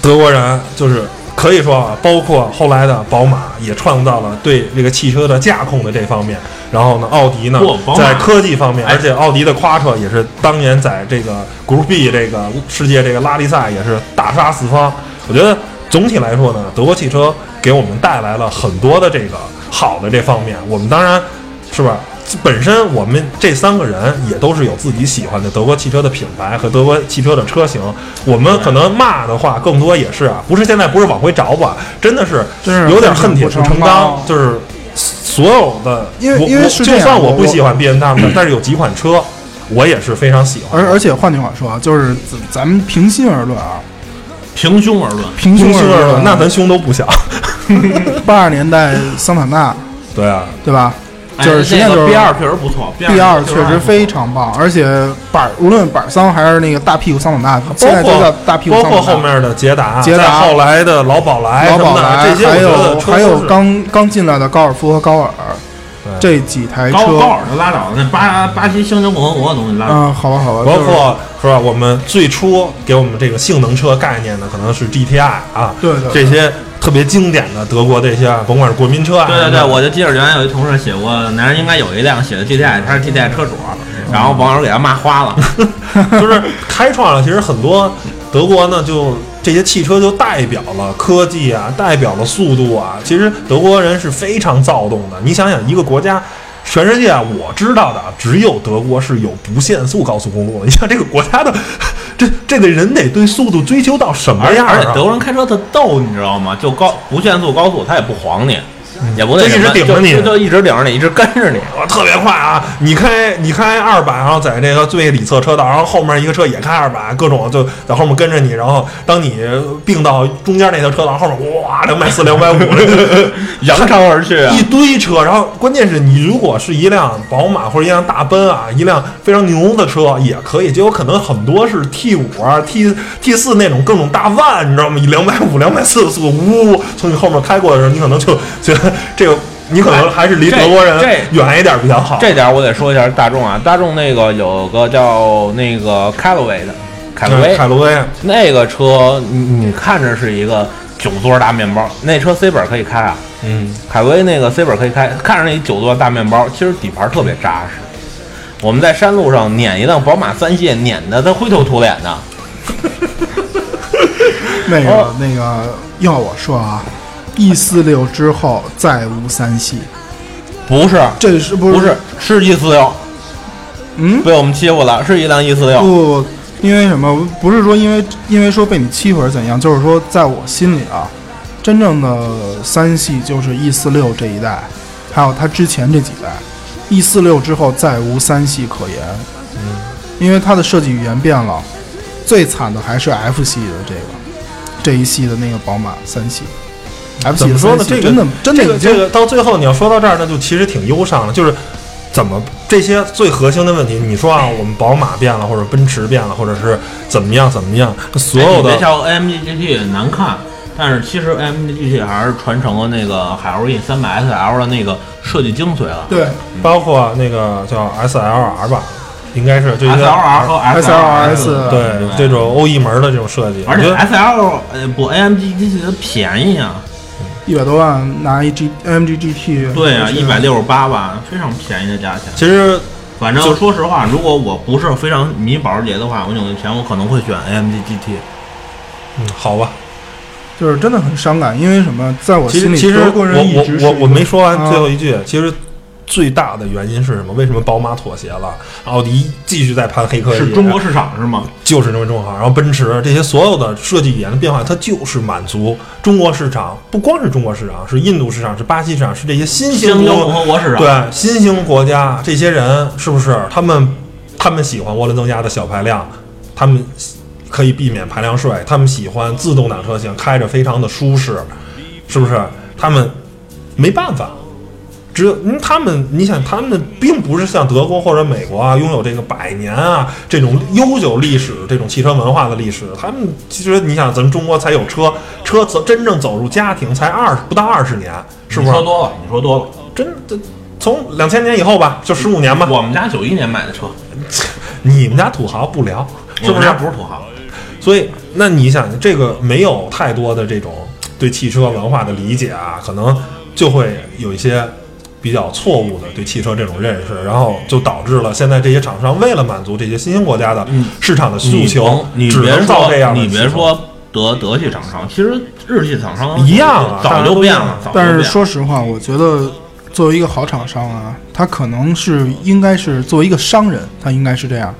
Speaker 2: 德国人就是可以说啊，包括后来的宝马也创造了对这个汽车的驾控的这方面。然后呢，奥迪呢
Speaker 4: 不宝马
Speaker 2: 在科技方
Speaker 3: 哎
Speaker 2: 面，而且奥迪的夸车也是当年在这个 Group B 这个世界这个拉力赛也是大杀四方。我觉得总体来说呢，德国汽车给我们带来了很多的这个好的这方面。我们当然是吧，本身我们这三个人也都是有自己喜欢的德国汽车的品牌和德国汽车的车型。我们可能骂的话更多也是啊，不是现在不是往回找吧，真的是
Speaker 3: 就是
Speaker 2: 有点恨铁不成
Speaker 3: 恨铁不成
Speaker 2: 钢
Speaker 3: 钢，
Speaker 2: 就是所有的，
Speaker 3: 因为
Speaker 2: 我
Speaker 3: 因为
Speaker 2: 我
Speaker 3: 是
Speaker 2: 就
Speaker 3: 这样
Speaker 2: 算我不
Speaker 3: 我
Speaker 2: 喜欢 B M W，但是有几款车我也是非常喜欢的。
Speaker 3: 而而且换句话说啊，就是咱咱们平心而论啊，
Speaker 4: 平胸而论，
Speaker 3: 平心
Speaker 2: 胸
Speaker 3: 而
Speaker 2: 是
Speaker 3: 论，啊
Speaker 2: 那咱胸都不小，
Speaker 3: 八十年代桑塔纳，
Speaker 2: 对啊，
Speaker 3: 对吧？
Speaker 4: 哎
Speaker 3: 就是实际上
Speaker 4: 那
Speaker 3: 就
Speaker 4: 个
Speaker 3: 是
Speaker 4: B 二确实不错
Speaker 3: B 二
Speaker 4: 二
Speaker 3: 确实非常棒，而且板无论板桑还是那个大屁股桑塔纳，现在都叫大屁股
Speaker 2: 包
Speaker 3: 桑塔纳。
Speaker 2: 括后面的捷达，
Speaker 3: 捷达
Speaker 2: 再后来的老宝来哎
Speaker 3: 老
Speaker 2: 什么
Speaker 3: 宝
Speaker 2: 的
Speaker 3: 来，
Speaker 2: 这些
Speaker 3: 还
Speaker 2: 我觉
Speaker 3: 有
Speaker 2: 得车
Speaker 3: 还
Speaker 2: 都
Speaker 3: 有
Speaker 2: 是
Speaker 3: 刚刚进来的高尔夫和高尔，这几台车，
Speaker 4: 高高
Speaker 3: 嗯、
Speaker 4: 尔就拉倒了，那巴巴西香蕉共和国的东西拉倒。
Speaker 3: 好吧好吧，
Speaker 2: 包
Speaker 3: 就是
Speaker 2: 括是吧？我们最初给我们这个性能车概念的可能是 GTI 啊，
Speaker 3: 对对
Speaker 2: 这些特别经典的德国这些，甭管是国民车啊，
Speaker 4: 对对对，我就记着原来有一同事写过，男人应该有一辆写的 GTI，他是 GTI 车主，然后网友给他骂花了。
Speaker 2: 就是开创了其实很多德国呢，就这些汽车就代表了科技啊，代表了速度啊。其实德国人是非常躁动的。你想想，一个国家，全世界啊我知道的只有德国是有不限速高速公路的。你像这个国家的， 这这得人得对速度追求到什么
Speaker 4: 而且
Speaker 2: 样、啊？
Speaker 4: 而且德国人开车特逗，你知道吗？就高不限速高速，他也不晃你，也不
Speaker 2: 嗯
Speaker 4: 那
Speaker 2: 就一
Speaker 4: 什么
Speaker 2: 直顶着你
Speaker 4: 就就一直顶着你，一直跟 着你。
Speaker 2: 我特别快啊！你开你开二百，然后在这个最里侧车道，然后后面一个车也开二百，各种就在后面跟着你。然后当你并到中间那条车道，后面哇两百四、两百五，
Speaker 4: 扬长而 去啊！
Speaker 2: 一堆车。然后关键是你如果是一辆宝马或者一辆大奔啊，一辆非常牛的车也可以，就有可能很多是 T 五啊、T T 四那种各种大万，你知道吗？以两百五、两百四的速度，呜从你后面开过的时候，你可能就觉得这个。你可能还是离
Speaker 4: 这
Speaker 2: 德国人
Speaker 4: 这
Speaker 2: 远一点比较好。
Speaker 4: 这点我得说一下大众啊，大众那个有个叫那个凯路威的，凯路
Speaker 2: 嗯
Speaker 4: 威
Speaker 2: 凯路威，
Speaker 4: 那个车，你你看着是一个九座大面包，那车 C 本可以开啊，
Speaker 2: 嗯，
Speaker 4: 凯威那个 C 本可以开，看着那九座大面包，其实底盘特别扎实。我们在山路上撵一辆宝马三系，撵的他灰头土脸的。
Speaker 3: 那个、
Speaker 2: 哦
Speaker 3: 那个，要我说啊。E 四六之后再无三系，
Speaker 4: 不是，
Speaker 3: 这是不
Speaker 4: 不是，是 E 四六
Speaker 3: 嗯，哦
Speaker 4: 被我们欺负了，是一辆 E 四
Speaker 3: 不
Speaker 4: 六。
Speaker 3: 不不，因为什么？不是说因为因为说被你欺负而怎样，就是说在我心里啊，真正的三系就是 E 四六这一代，还有它之前这几代，E 四六之后再无三系可言。嗯，因为它的设计语言变了，最惨的还是 F 系的这个这一系的那个宝马三系。F
Speaker 2: 怎么
Speaker 3: 系的
Speaker 2: 说
Speaker 3: 三
Speaker 2: 呢？
Speaker 3: 系
Speaker 2: 这个
Speaker 3: 真的真的
Speaker 2: 这
Speaker 3: 已
Speaker 2: 个这
Speaker 3: 经
Speaker 2: 个到最后你要说到这儿，那就其实挺忧伤的，就是怎么这些最核心的问题，你说啊，我们宝马变了，或者奔驰变了，或者是怎么样怎么样，所有
Speaker 4: 哎你别
Speaker 2: 的
Speaker 4: 瞧 AMG GT 难看，但是其实 AMG GT 还是传承了那个海鸥 E 三百 SL 的那个设计精髓了。
Speaker 3: 对
Speaker 2: 包括那个叫 SLR 吧，应该是这些
Speaker 4: SLR 和
Speaker 3: SLRS
Speaker 2: 对这种欧翼门的这种设计，我
Speaker 4: 嗯而
Speaker 2: 觉
Speaker 4: 且
Speaker 2: 得
Speaker 4: SL 呃不 AMG GT 的便宜啊，
Speaker 3: 一百多万拿一 G AMG GT，
Speaker 4: 对啊，
Speaker 3: 就是
Speaker 4: 一百六十八吧，非常便宜的价钱。
Speaker 2: 其实
Speaker 4: 反正说实话，如果我不是非常迷保时捷的话，我有那钱我可能会选 AMG GT。
Speaker 2: 嗯好吧，
Speaker 3: 就是真的很伤感，因为什么？在我
Speaker 2: 其
Speaker 3: 心
Speaker 2: 实
Speaker 3: 里，
Speaker 2: 其实
Speaker 3: 德
Speaker 2: 我
Speaker 3: 国人一直是
Speaker 2: 我我我没说完
Speaker 3: 啊
Speaker 2: 最后一句，其实。最大的原因是什么？为什么宝马妥协了？奥迪继续在盘黑科技，
Speaker 4: 是中国市场是吗？
Speaker 2: 就是这么重行，然后奔驰这些所有的设计语言的变化，它就是满足中国市场，不光是中国市场，是印度市场，是巴西市场，是这些新兴
Speaker 4: 香蕉共
Speaker 2: 国
Speaker 4: 和国市场。
Speaker 2: 对新兴国家这些人是不是他们他们喜欢涡轮增压的小排量，他们可以避免排量税，他们喜欢自动挡车型，开着非常的舒适，是不是？他们没办法，只有、嗯、他们，你想，他们并不是像德国或者美国啊，拥有这个百年啊这种悠久历史、这种汽车文化的历史。他们其实，你想，咱们中国才有车，车走真正走入家庭才二十不到二十年，是不
Speaker 4: 你
Speaker 2: 是
Speaker 4: 说？多了，你说多了。
Speaker 2: 真的，从两千年以后吧，就十五年 吧。
Speaker 4: 我们家九一年买的车，
Speaker 2: 你们家土豪不聊，是
Speaker 4: 我
Speaker 2: 不
Speaker 4: 们
Speaker 2: 是
Speaker 4: 家？不是土豪，
Speaker 2: 所以，那你想，这个没有太多的这种对汽车文化的理解啊，可能就会有一些比较错误的对汽车这种认识，然后就导致了现在这些厂商为了满足这些新兴国家的市场的需求，
Speaker 4: 你甭你
Speaker 2: 只
Speaker 4: 别
Speaker 2: 能造这
Speaker 4: 说
Speaker 2: 样的
Speaker 4: 嗯你别
Speaker 2: 汽车
Speaker 4: 说德德系厂商，其实日系厂商
Speaker 2: 一样啊
Speaker 4: 早就变了，早就
Speaker 3: 但
Speaker 4: 变
Speaker 3: 是
Speaker 4: 了
Speaker 3: 说实话，我觉得作为一个好厂商啊，他可能是应该是作为一个商人，他应该是这样。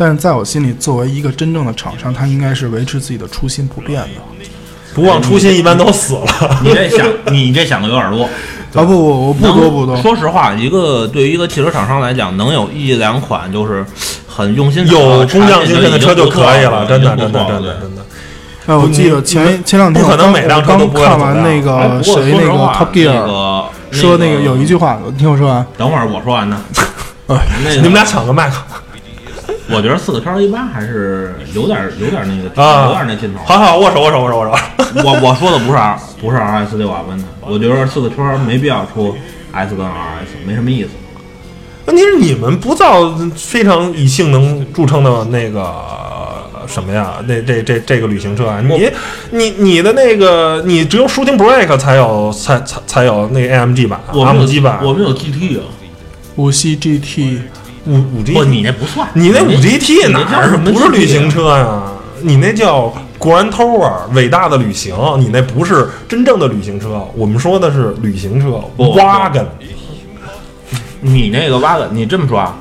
Speaker 3: 但是在我心里，作为一个真正的厂商，他应该是维持自己的初心不变的。
Speaker 2: 不忘初心一般都死了。
Speaker 4: 你这想， 你这想的有点 多。
Speaker 3: 啊不不，我不多
Speaker 4: 能
Speaker 3: 不多，
Speaker 4: 说实话，一个对于一个汽车厂商来讲，能有一两款就是很用心
Speaker 2: 有
Speaker 4: 工
Speaker 2: 工匠精神的车就可以了，真的，真的，真的，
Speaker 4: 对
Speaker 2: 真的。
Speaker 3: 哎，我记得前前两天
Speaker 2: 不可能
Speaker 3: 我刚
Speaker 2: 每辆车
Speaker 3: 我
Speaker 2: 都啊不
Speaker 3: 刚
Speaker 2: 会
Speaker 3: 看
Speaker 2: 怎么
Speaker 3: 完
Speaker 2: 样
Speaker 3: 那
Speaker 4: 哎
Speaker 3: 个
Speaker 4: 不过
Speaker 3: 呃谁
Speaker 4: 说
Speaker 3: 那
Speaker 4: 实
Speaker 3: 个
Speaker 4: 话
Speaker 3: Top Gear，
Speaker 4: 那个
Speaker 3: 说那个有一句，话，你听我说完。啊
Speaker 4: 等会儿我说完 呢。那个
Speaker 2: 哎你们俩，抢个麦克
Speaker 4: 我觉得四个圈一八还是有点有点那个
Speaker 2: 啊！
Speaker 4: 有点那劲头。
Speaker 2: 好好，握手，握手，握手，握手。
Speaker 4: 我我说的不是 R 不是啊 RS 六瓦奔的，我觉得四个圈没必要出 S 跟 RS，没什么意思。
Speaker 2: 问题是你们不造非常以性能著称的那个呃什么呀？那这这这个旅行车啊，你你你的那个你只有 Shooting Brake 才有才才才有那个 AMG 版、啊
Speaker 4: 我们有
Speaker 2: AMG 版、
Speaker 4: 我们有 GT 啊，
Speaker 3: 五系 GT，
Speaker 2: 五五 G，
Speaker 4: 不，你那不算，
Speaker 2: 你那五 GT
Speaker 4: 你那
Speaker 2: 哪
Speaker 4: 叫
Speaker 2: 儿
Speaker 4: 什么
Speaker 2: 不是
Speaker 4: GT
Speaker 2: 旅行
Speaker 4: 啊
Speaker 2: 车呀、你那叫 Grand Tour，伟大的旅行。你那不是真正的旅行车，我们说的是旅行车
Speaker 4: 不
Speaker 2: wagon。
Speaker 4: 你那个挖个，你这么说啊？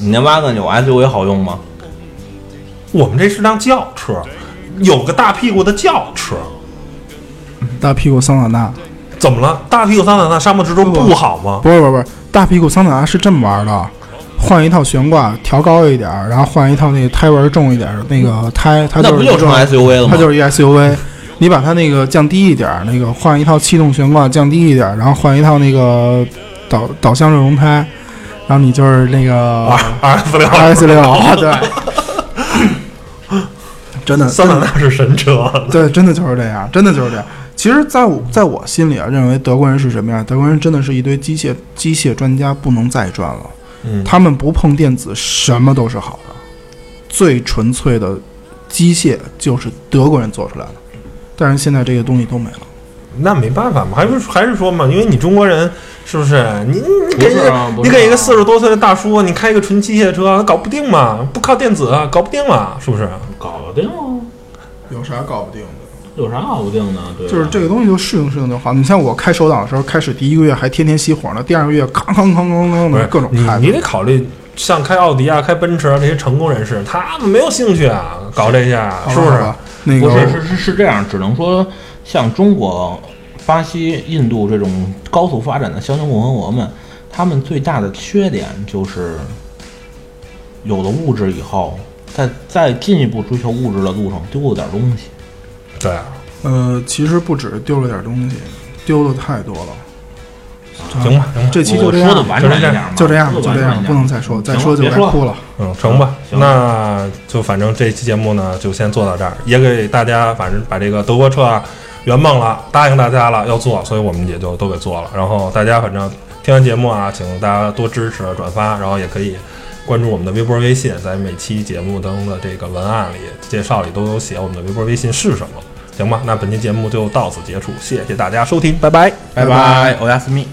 Speaker 4: 你那挖个有 SUV 好用吗？
Speaker 2: 我们这是辆轿车，有个大屁股的轿车。
Speaker 3: 大屁股桑塔纳，
Speaker 2: 怎么了？大屁股桑塔纳沙漠之舟
Speaker 3: 不
Speaker 2: 不好吗？
Speaker 3: 不是不是不是，大屁股桑塔纳是这么玩的，换一套悬挂调高一点儿，然后换一套那个胎纹重一点儿，那个胎它
Speaker 4: 那
Speaker 3: 就是
Speaker 4: 不
Speaker 3: 一
Speaker 4: 就
Speaker 3: 个
Speaker 4: 成 SUV 了吗？
Speaker 3: 它就是一 SUV。你把它那个降低一点儿，那个换一套气动悬挂降低一点儿，然后换一套那个导导向热容胎，然后你就是那个
Speaker 2: R S 六
Speaker 3: R S 六，对， 真的
Speaker 2: 桑塔纳是神车，
Speaker 3: 对，真的就是这样，真的就是这样。其实，在我在我心里啊，认为德国人是什么样？德国人真的是一堆机械机械专家，不能再专了。
Speaker 2: 嗯
Speaker 3: 他们不碰电子，什么都是好的，最纯粹的机械就是德国人做出来的。但是现在这个东西都没了。
Speaker 2: 那没办法嘛，还不是还是说嘛，因为你中国人是不是？你你给
Speaker 4: 不
Speaker 2: 人
Speaker 4: 是
Speaker 2: 家、
Speaker 4: 啊不
Speaker 2: 你
Speaker 4: 是啊
Speaker 2: 给一个四十多岁的大叔，你开一个纯机械车，搞不定嘛，不靠电子啊搞不定嘛，是不是？
Speaker 4: 搞定啊，
Speaker 3: 有啥搞不定的？
Speaker 4: 有啥搞不定的？对吧，
Speaker 3: 就是这个东西就适应适应就好。你像我开手挡的时候，开始第一个月还天天熄火呢，第二个月哐哐哐哐哐
Speaker 2: 不
Speaker 3: 的
Speaker 2: 是
Speaker 3: 各种
Speaker 2: 你
Speaker 3: 开。
Speaker 2: 你得考虑。像开奥迪啊、开奔驰啊这些成功人士，他们没有兴趣啊，搞这些，
Speaker 3: 好吧
Speaker 2: 是不
Speaker 3: 好
Speaker 2: 是？
Speaker 3: 吧那
Speaker 4: 不
Speaker 3: 个
Speaker 4: 是是是是这样，只能说像中国、巴西、印度这种高速发展的乡村共和国们，他们最大的缺点就是有了物质以后，在在进一步追求物质的路上丢了点东西。
Speaker 2: 对啊，
Speaker 3: 呃，其实不止丢了点东西，丢的太多了。
Speaker 2: 行吧，行吧，
Speaker 3: 这期就
Speaker 4: 我
Speaker 3: 这
Speaker 4: 说的
Speaker 3: 样，
Speaker 4: 完整一点嘛，
Speaker 3: 就这样，
Speaker 4: 说得
Speaker 3: 就这
Speaker 4: 完整
Speaker 3: 样，
Speaker 4: 一点
Speaker 3: 不能再说，再
Speaker 4: 行
Speaker 3: 说就
Speaker 4: 别
Speaker 3: 该
Speaker 4: 说了
Speaker 3: 哭了。
Speaker 2: 嗯，成吧，
Speaker 4: 行
Speaker 2: 那就反正这期节目呢，就先做到这儿，也给大家反正把这个德国车啊圆梦了，答应大家了要做，所以我们也就都给做了。然后大家反正听完节目啊，请大家多支持转发，然后也可以关注我们的微博、微信，在每期节目中的这个文案里、介绍里都有写我们的微博、微信是什么，行吧？那本期节目就到此结束，谢谢大家收听，拜拜。
Speaker 4: 拜拜，欧亚斯密。